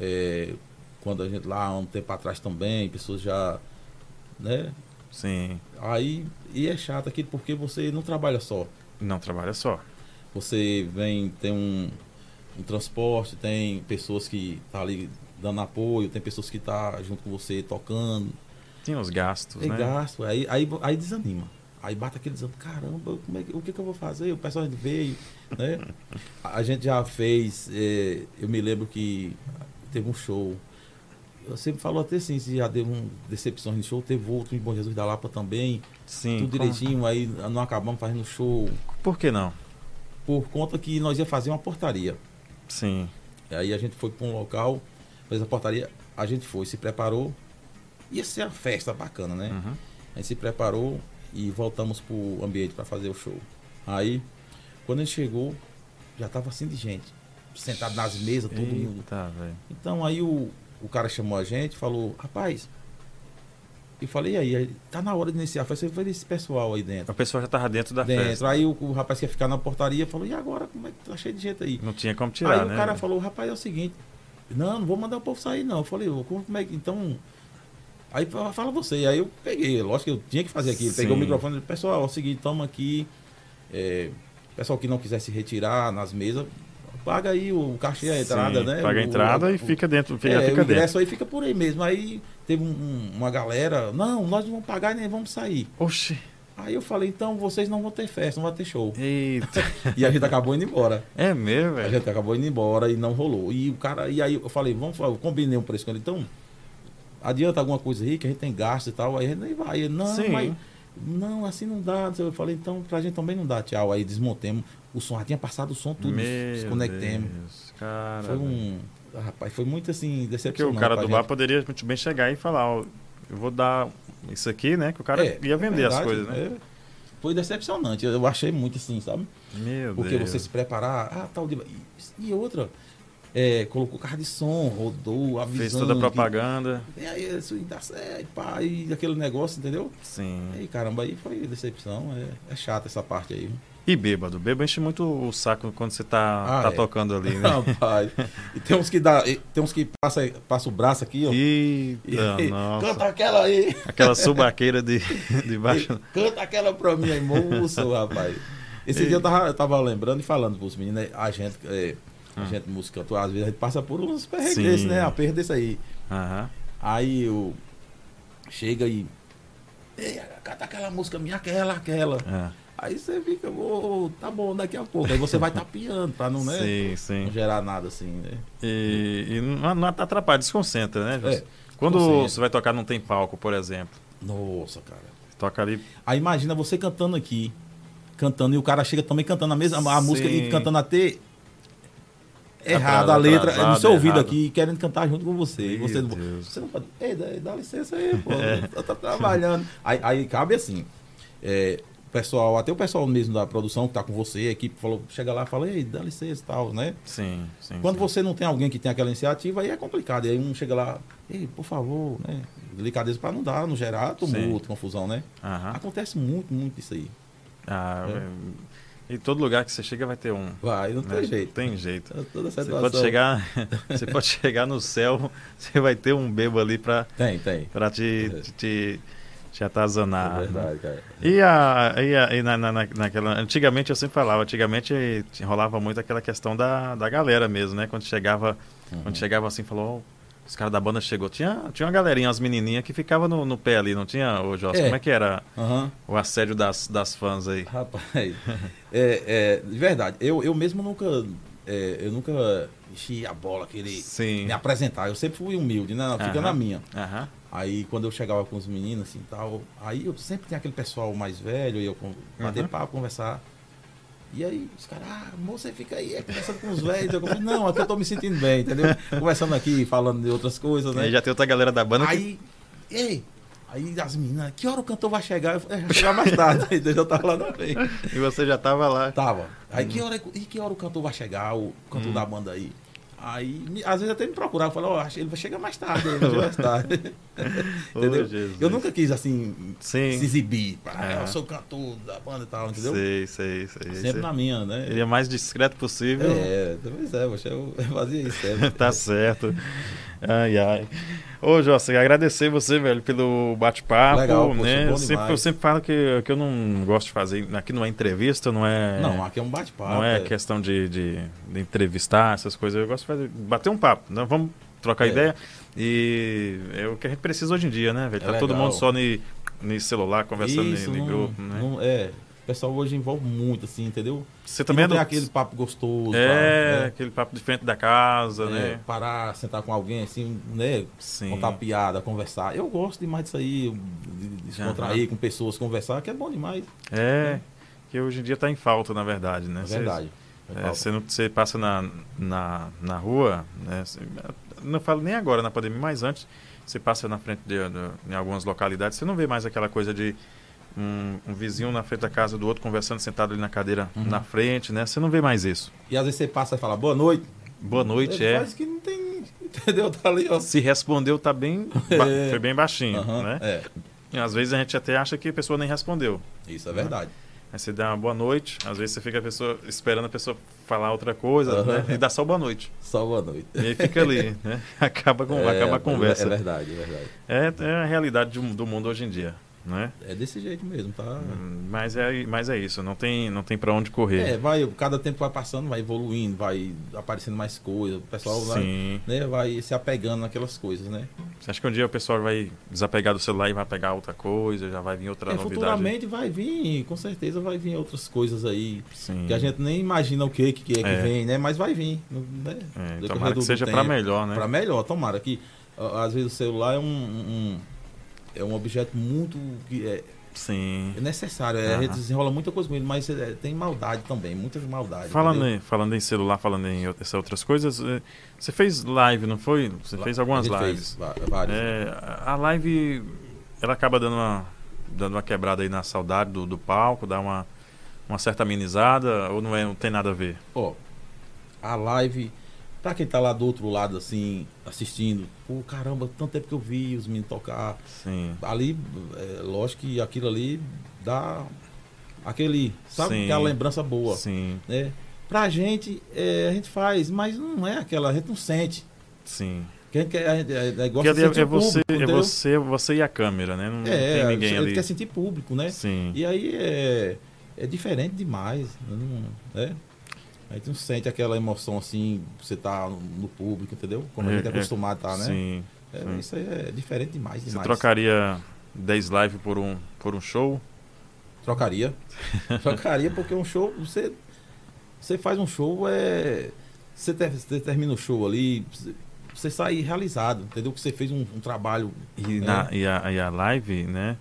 É, quando a gente lá, há um tempo atrás também, pessoas já. né?
Sim.
Aí, e é chato aqui porque você não trabalha só.
Não trabalha só.
Você vem, tem um, um transporte, tem pessoas que tá ali dando apoio, tem pessoas que tá junto com você tocando.
Tem os gastos,
É
né?
gasto, aí, aí, aí desanima. Aí bate aquele desânimo, caramba, como é que- o que, que eu vou fazer? O pessoal veio, né? A a gente já fez, eh, eu me lembro que teve um show. Você me falou até assim, se já deu um, decepções no show, teve outro em Bom Jesus da Lapa também,
Sim.
tudo
como-
direitinho, aí não acabamos fazendo show.
Por que não?
por conta que nós ia fazer uma portaria.
Sim.
Aí a gente foi para um local, fez a portaria, a gente foi, se preparou. Ia ser uma festa bacana, né?
Uhum.
A gente se preparou e voltamos pro ambiente para fazer o show. Aí, quando a gente chegou, já tava assim de gente, sentado nas mesas, todo mundo.
Eita, velho.
Então aí o, o cara chamou a gente, falou: "Rapaz, eu falei, e aí, Aí, tá na hora de iniciar a festa, vai esse pessoal aí dentro.
A pessoa já tava dentro da
dentro.
Tá festa.
Aí o, o rapaz que ia ficar na portaria falou: "E agora, como é que tá cheio de gente aí?"
Não tinha como tirar,
aí
né?
o cara falou, rapaz, é o seguinte, não, não vou mandar o povo sair, não. Eu falei, "Ô, como como é que então. Aí fa- fala você, aí eu peguei, lógico que eu tinha que fazer aquilo.
Sim.
Peguei o microfone e disse, pessoal, é o seguinte, toma aqui. é, pessoal que não quiser se retirar nas mesas, paga aí o cachê, a entrada,
Sim,
né?
Paga a
O-
entrada
o-
e fica dentro. Fica,
É,
fica
o
dentro.
ingresso aí fica por aí mesmo. Aí teve um- um- uma galera, não, nós não vamos pagar e nem vamos sair.
Oxi,
Aí eu falei, então vocês não vão ter festa, não vai ter show.
eita.
E a gente acabou indo embora.
É mesmo,
A
velho.
gente acabou indo embora e não rolou. E o cara, e aí eu falei, vamos, eu combinei um preço com ele, então adianta alguma coisa aí que a gente tem gasto e tal, aí a gente nem vai. Ele, não,
Sim.
mas não, assim não dá. Eu falei, então pra gente também não dá, tchau. Aí desmontemos o som, já tinha passado o som tudo,
Meu
desconectemos.
Deus, cara.
Foi um, rapaz, foi muito assim
Porque
decepcionante.
o cara
pra
do
gente.
bar poderia muito bem chegar e falar, ó, eu vou dar isso aqui, né? Que o cara
É,
ia vender as
verdade,
coisas, né?
é. Foi decepcionante, eu achei muito assim, sabe?
Meu
Porque
Deus.
você se preparar, ah, tal dia. E, e outra, é, colocou carro de som, rodou, avisando.
Fez toda a propaganda.
que- E aí, isso dá certo, pá, e aquele negócio, entendeu? E
Sim.
aí, caramba, aí foi decepção, é, é chato essa parte aí.
E bêbado. Bêbado enche muito o saco quando você tá,
Ah,
tá
é.
tocando
[LAUGHS]
ali, né?
Rapaz, e tem uns que dá, e tem uns que passa, passa o braço aqui, ó.
Eita,
e- tá.
nossa.
canta aquela aí,
Aquela subaqueira de, de baixo.
[LAUGHS] canta aquela pra mim aí, moço, rapaz. Esse dia eu tava, eu tava lembrando e falando pros meninos, né, a gente, é, a
Ah.
gente, música, cantor, às vezes a gente passa por uns perrengues
Sim.
desse, né? A perda desse aí.
Aham.
Aí eu chega e. Ei, canta aquela música minha, aquela, aquela.
é.
Aí você fica, ô, tá bom, daqui a pouco. Aí você vai tapeando pra não, né,
Sim,
não
sim.
gerar nada assim, né?
E, e não, não atrapalha, desconcentra, né? Jus?
É,
Quando
desconcentra.
você vai tocar não tem palco, por exemplo.
Nossa, cara.
Você toca ali.
Aí imagina você cantando aqui. Cantando, e o cara chega também cantando a mesma a
Sim.
música e cantando até.
Atrasado,
Errado a letra, é no
atrasado,
seu ouvido
errado.
aqui, querendo cantar junto com você. E
Meu
você, não,
Deus. É.
você não pode. Ei, dá, dá licença
[LAUGHS]
aí, pô. Eu tô trabalhando. Aí, aí cabe assim. é, o pessoal, até o pessoal mesmo da produção que tá com você, a equipe falou, chega lá e fala, ei, dá licença e tal, né?
Sim, sim.
Quando
sim.
você não tem alguém que tem aquela iniciativa, aí é complicado. Aí um chega lá, ei, por favor, né? Delicadeza para não dar, não gerar tumulto, confusão, né?
Aham.
Acontece muito, muito isso aí.
Ah, Em todo lugar que você chega vai ter um.
Vai, É. não
né?
tem jeito.
Tem jeito.
Tem Toda essa
Você
situação.
pode, chegar, [LAUGHS] você pode chegar no céu, você vai ter um bebo ali pra,
Tem, tem.
pra te, te, te, te atazanar.
é
né?
verdade, cara.
[LAUGHS] E, a, e, a, e na, na, na- naquela. Antigamente eu sempre falava, antigamente rolava muito aquela questão da, da galera mesmo, né? Quando chegava,
Uhum.
quando chegava assim, falou, "Ó, os caras da banda chegou. Tinha, tinha uma galerinha, umas menininhas que ficava no, no pé ali, não tinha, ô Joss?
É.
Como é que era
Aham.
o assédio das, das fãs aí?
Rapaz, é, é, de verdade, eu, eu mesmo nunca, é, eu nunca enchi a bola, queria
Sim.
me apresentar. Eu sempre fui humilde, né? Fica
Aham.
na minha.
Aham.
Aí quando eu chegava com os meninos assim tal, aí eu sempre tem aquele pessoal mais velho, e eu com- bater
Uhum.
papo, conversar. E aí, os caras, ah, moça, você fica aí, é, conversando com os velhos. Eu falei, não, aqui eu tô me sentindo bem, entendeu? Conversando aqui, falando de outras coisas, né?
Aí já tem outra galera da banda que.
Aí, ei, aí as meninas, que hora o cantor vai chegar? Eu falei, "É, vai chegar mais tarde, [LAUGHS] aí eu já tava lá na frente.
E você já tava lá.
Tava. Aí que hora, e que hora o cantor vai chegar, o cantor da banda aí? Aí, me- às vezes até me procurava, falava, ó, acho que ele vai chegar mais tarde, ele vai chegar mais tarde. [LAUGHS]
Ô,
Oh, entendeu?
Jesus.
eu nunca quis, assim,
Sim.
se exibir. Ah,
É.
Eu sou cantor da banda e tal, entendeu?
Sei, sei, sei.
Sempre
sei.
na minha, né?
Ele é mais discreto possível.
É, talvez é, poxa, eu eu fazia isso.
[LAUGHS]
É.
tá certo. Ai, ai. Ô, Jossi, agradecer você, velho, pelo bate-papo.
Legal, poxa,
né?
bom
eu, sempre,
demais.
eu sempre falo que, que eu não gosto de fazer. Aqui não é entrevista, não é.
Não, aqui é um bate-papo.
não é
é.
questão de, de, de entrevistar, essas coisas. Eu gosto de fazer, bater um papo. Nós vamos trocar
É.
ideia. E é o que a gente precisa hoje em dia, né, velho?
É
tá todo
legal.
mundo só no celular, conversando
Isso,
no
não-
grupo, né?
não- é, o pessoal hoje envolve muito, assim, entendeu?
você
Também
também
não
é do.
tem aquele papo gostoso.
é,
tá?
aquele papo diferente da casa,
É,
né?
Parar, sentar com alguém, assim, né?
Sim.
Contar piada, conversar. Eu gosto demais disso aí, de de descontrair com pessoas, conversar, que é bom demais.
É, que hoje em dia tá em falta, na verdade, né?
É
Cê-
verdade. É
É,
tal.
você, não, você passa na, na, na rua, né? Cê- não falo nem agora na pandemia, mas antes, você passa na frente de, de- em algumas localidades, você não vê mais aquela coisa de um, um vizinho na frente da casa do outro conversando sentado ali na cadeira
Uhum.
na frente, né? Você não vê mais isso.
E às vezes você passa e fala, boa noite.
Boa noite,
É,
é.
Parece que não tem. Entendeu? Tá ali, ó.
Se respondeu, tá bem.
[LAUGHS]
ba- Foi bem baixinho,
É. Aham,
né?
É,
E às vezes a gente até acha que a pessoa nem respondeu.
isso é verdade.
Aí você dá uma boa noite, às vezes você fica a pessoa, esperando a pessoa falar outra coisa, né? E dá só boa noite.
Só boa noite.
E aí fica
[LAUGHS]
ali, né? Acaba, com,
É,
acaba a conversa.
É verdade, é verdade.
É, é a realidade de- um, do mundo hoje em dia. né?
É desse jeito mesmo, tá?
Mas é, mas é isso, não tem, não tem para onde correr.
É, vai, cada tempo vai passando, vai evoluindo, vai aparecendo mais coisas, o pessoal
Sim.
vai, né, vai se apegando naquelas coisas, né?
Você acha que um dia o pessoal vai desapegar do celular e vai pegar outra coisa, já vai vir outra
É,
novidade?
futuramente vai vir, com certeza vai vir outras coisas aí,
Sim.
que a gente nem imagina o que, que é que
É.
vem, né? Mas vai vir, né?
É,
Decorrer
tomara
do-
que seja
do
para
tempo.
melhor, né?
Pra melhor, tomara que ó, às vezes o celular é um, um- um- é um objeto muito que é,
Sim.
é necessário, é, a
Aham.
gente desenrola muita coisa com ele, mas é, tem maldade também, muitas maldades.
Falando
entendeu?
em, falando em celular, falando em outras- essas outras coisas, eh, você fez live, não foi? Você fez algumas
A gente
lives.
fez va- várias.
É, a- a live ela acaba dando uma, dando uma quebrada aí na saudade do, do palco, dá uma, uma certa amenizada, ou não, é, não tem nada a ver?
Ó, a live, pra quem tá lá do outro lado, assim, assistindo, pô, caramba, tanto tempo que eu vi os meninos tocar.
Sim.
Ali, é, lógico que aquilo ali dá aquele, sabe,
Sim.
aquela lembrança boa.
Sim,
né? Pra gente, é, a gente faz, mas não é aquela, a gente não sente.
sim.
Que a gente quer, a gente, é, é,
Porque
gosta
ali
de
é,
sentir
é
o público,
você, é
entendeu?
você, você e a câmera, né? Não, não
É,
tem ninguém
a gente
ali.
quer sentir público, né?
Sim.
E aí é, é diferente demais, não- né? A gente não sente aquela emoção assim, você tá no, no público, entendeu? Como a
É,
gente é
é.
acostumado a tá, né?
Sim.
É,
sim.
isso aí é diferente demais,
Você
demais.
trocaria 10 lives por um, por um show? [LAUGHS]
Trocaria. Trocaria porque um show, você, você faz um show, é, você, ter- você termina o show ali, você- você sai realizado, entendeu? Que você fez um, um trabalho.
E,
É.
na, e, a, e a live, né?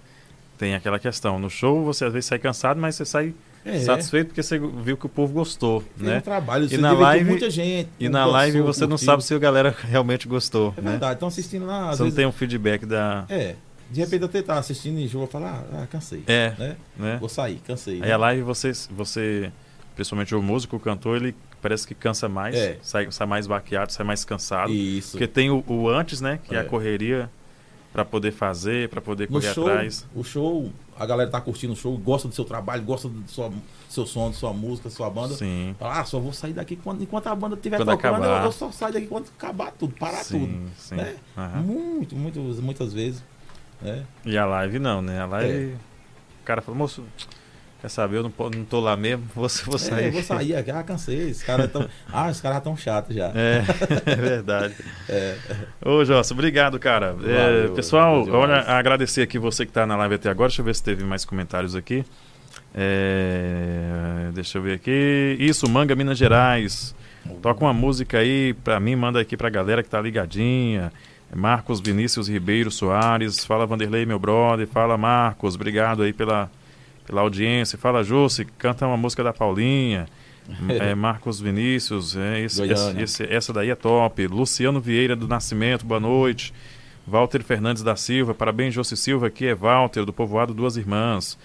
Tem aquela questão. No show você às vezes sai cansado, mas você sai
É,
satisfeito porque você viu que o povo gostou,
fez
né?
um trabalho, você
na
divertiu
live-
muita gente.
E na
dançou,
live você não
curtiu.
sabe se a galera realmente gostou,
É
né?
verdade, estão assistindo lá. Às
Você não
vezes,
tem um feedback da.
É, de repente até tá assistindo e eu vou falar, ah, cansei.
É,
Né?
né?
Vou sair, cansei.
Aí a live você, você, principalmente o músico, o cantor, ele parece que cansa mais,
É.
sai, sai mais baqueado, sai mais cansado.
Isso.
Porque tem o, o antes, né? Que é a
É.
correria pra poder fazer, pra poder
No
correr
show,
atrás.
o show, a galera tá curtindo o show, gosta do seu trabalho, gosta do sua- seu som, da sua música, da sua banda.
Sim.
Fala, ah, só vou sair daqui quando, enquanto a banda estiver
Quando
tocando,
acabar.
Eu, eu só saio daqui quando acabar tudo, parar
sim,
tudo.
sim. Ah.
né?
Aham.
Muito, muito, muitas vezes. né?
E a live não, né? A
É.
live. O cara falou, moço, quer saber? Eu não, po- não tô lá mesmo, vou, vou
É,
sair.
eu vou sair, ah, cansei, os caras tão. ah, os caras tão chatos já.
[LAUGHS]
É,
É, [LAUGHS] é verdade. Ô, Jossa, obrigado, cara. É,
Valeu,
pessoal,
valeu
olha,
demais.
agradecer aqui você que está na live até agora. Deixa eu ver se teve mais comentários aqui. É, deixa eu ver aqui. Isso, Manga, Minas Gerais. Toca uma música aí pra mim, manda aqui pra galera que tá ligadinha. Marcos Vinícius Ribeiro Soares. Fala, Vanderlei, meu brother. Fala, Marcos. Obrigado aí pela, pela audiência. Fala, Jussi. Canta uma música da
[LAUGHS]
Paulinha. É, Marcos Vinícius, é, esse- esse-
Goiânia.
esse- essa daí é top. Luciano Vieira do Nascimento, boa noite. Walter Fernandes da Silva, parabéns, Josi Silva, aqui é Walter, do povoado Duas Irmãs.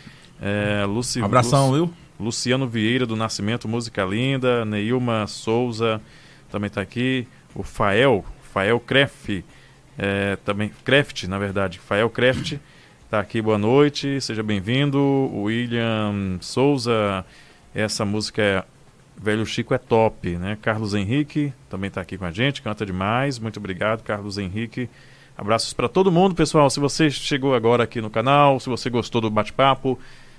É, Luci,
Abração, viu?
Luciano Vieira do Nascimento, música linda. Neilma Souza também está aqui. O Fael, Fael Cref, é, também Creft, na verdade, Fael Creft está aqui. Boa noite, seja bem-vindo. O William Souza, essa música é Velho Chico é top, né? Carlos Henrique também está aqui com a gente, canta demais. Muito obrigado, Carlos Henrique. Abraços para todo mundo, pessoal. Se você chegou agora aqui no canal, se você gostou do bate-papo,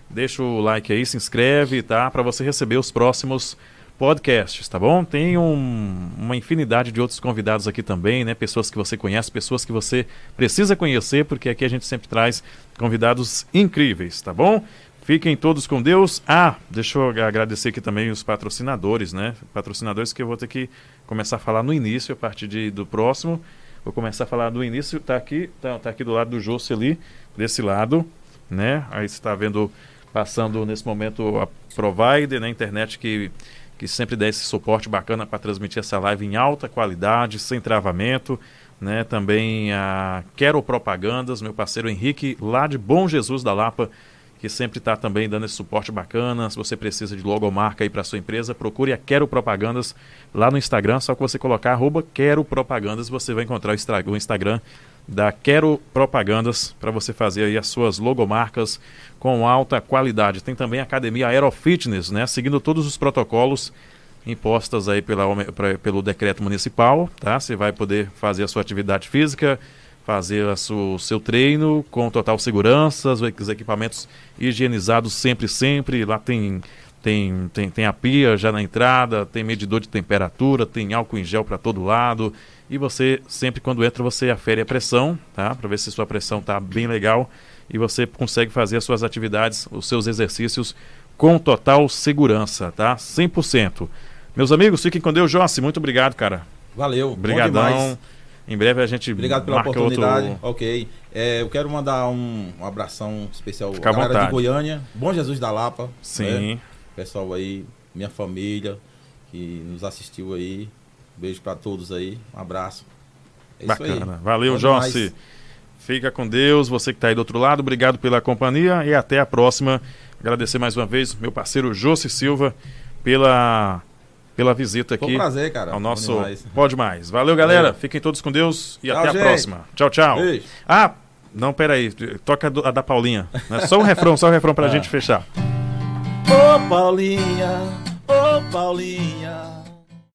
deixa o like aí, se inscreve, tá? Para você receber os próximos podcasts, tá bom? Tem um- uma infinidade de outros convidados aqui também, né? Pessoas que você conhece, pessoas que você precisa conhecer, porque aqui a gente sempre traz convidados incríveis, tá bom? Fiquem todos com Deus. Ah, deixa eu ag- agradecer aqui também os patrocinadores, né? Patrocinadores que eu vou ter que começar a falar no início, a partir de, do próximo. Vou começar a falar do início, tá aqui, tá, tá aqui do lado do José ali, desse lado, né? Aí você está vendo passando nesse momento a provider, né? Internet que, que sempre dá esse suporte bacana para transmitir essa live em alta qualidade, sem travamento. Né, também a Quero Propagandas, meu parceiro Henrique, lá de Bom Jesus da Lapa, que sempre está também dando esse suporte bacana. Se você precisa de logomarca aí para sua empresa, procure a Quero Propagandas lá no Instagram. Só que você colocar arroba Quero Propagandas, você vai encontrar o Instra- o Instagram da Quero Propagandas para você fazer aí as suas logomarcas com alta qualidade. Tem também a Academia Aerofitness, né? Seguindo todos os protocolos impostas aí pela, ome- pra- pelo decreto municipal, tá? Você vai poder fazer a sua atividade física, fazer o seu treino com total segurança, os equipamentos higienizados sempre, sempre. Lá tem tem, tem, tem a pia já na entrada, tem medidor de temperatura, tem álcool em gel para todo lado. E você, sempre quando entra, você afere a pressão, tá? Para ver se sua pressão está bem legal. E você consegue fazer as suas atividades, os seus exercícios com total segurança, tá? 100%. Meus amigos, fiquem com Deus. Jossi, muito obrigado, cara.
Valeu.
Obrigadão. Em breve a gente
Obrigado pela oportunidade.
um.
Outro... Ok. É, eu quero mandar um, um abração especial
Fica à galera vontade.
de Goiânia. Bom Jesus da Lapa.
Sim.
Né? pessoal aí, minha família que nos assistiu aí. Beijo para todos aí, um abraço.
É Bacana. Aí. Valeu, Jossi. Fica com Deus, você que está aí do outro lado, obrigado pela companhia e até a próxima. Agradecer mais uma vez meu parceiro Jossi Silva pela pela visita aqui. Foi
um prazer, cara.
Ao é nosso Bom demais. Pode mais. Valeu, galera. Valeu. Fiquem todos com Deus e tchau, até gente. a próxima. Tchau, tchau. Beijo. Ah, não, peraí. Toca a, do, a da Paulinha. Né? Só um refrão, só um [LAUGHS] refrão para a ah. gente fechar.
Ô oh, Paulinha, ô oh, Paulinha.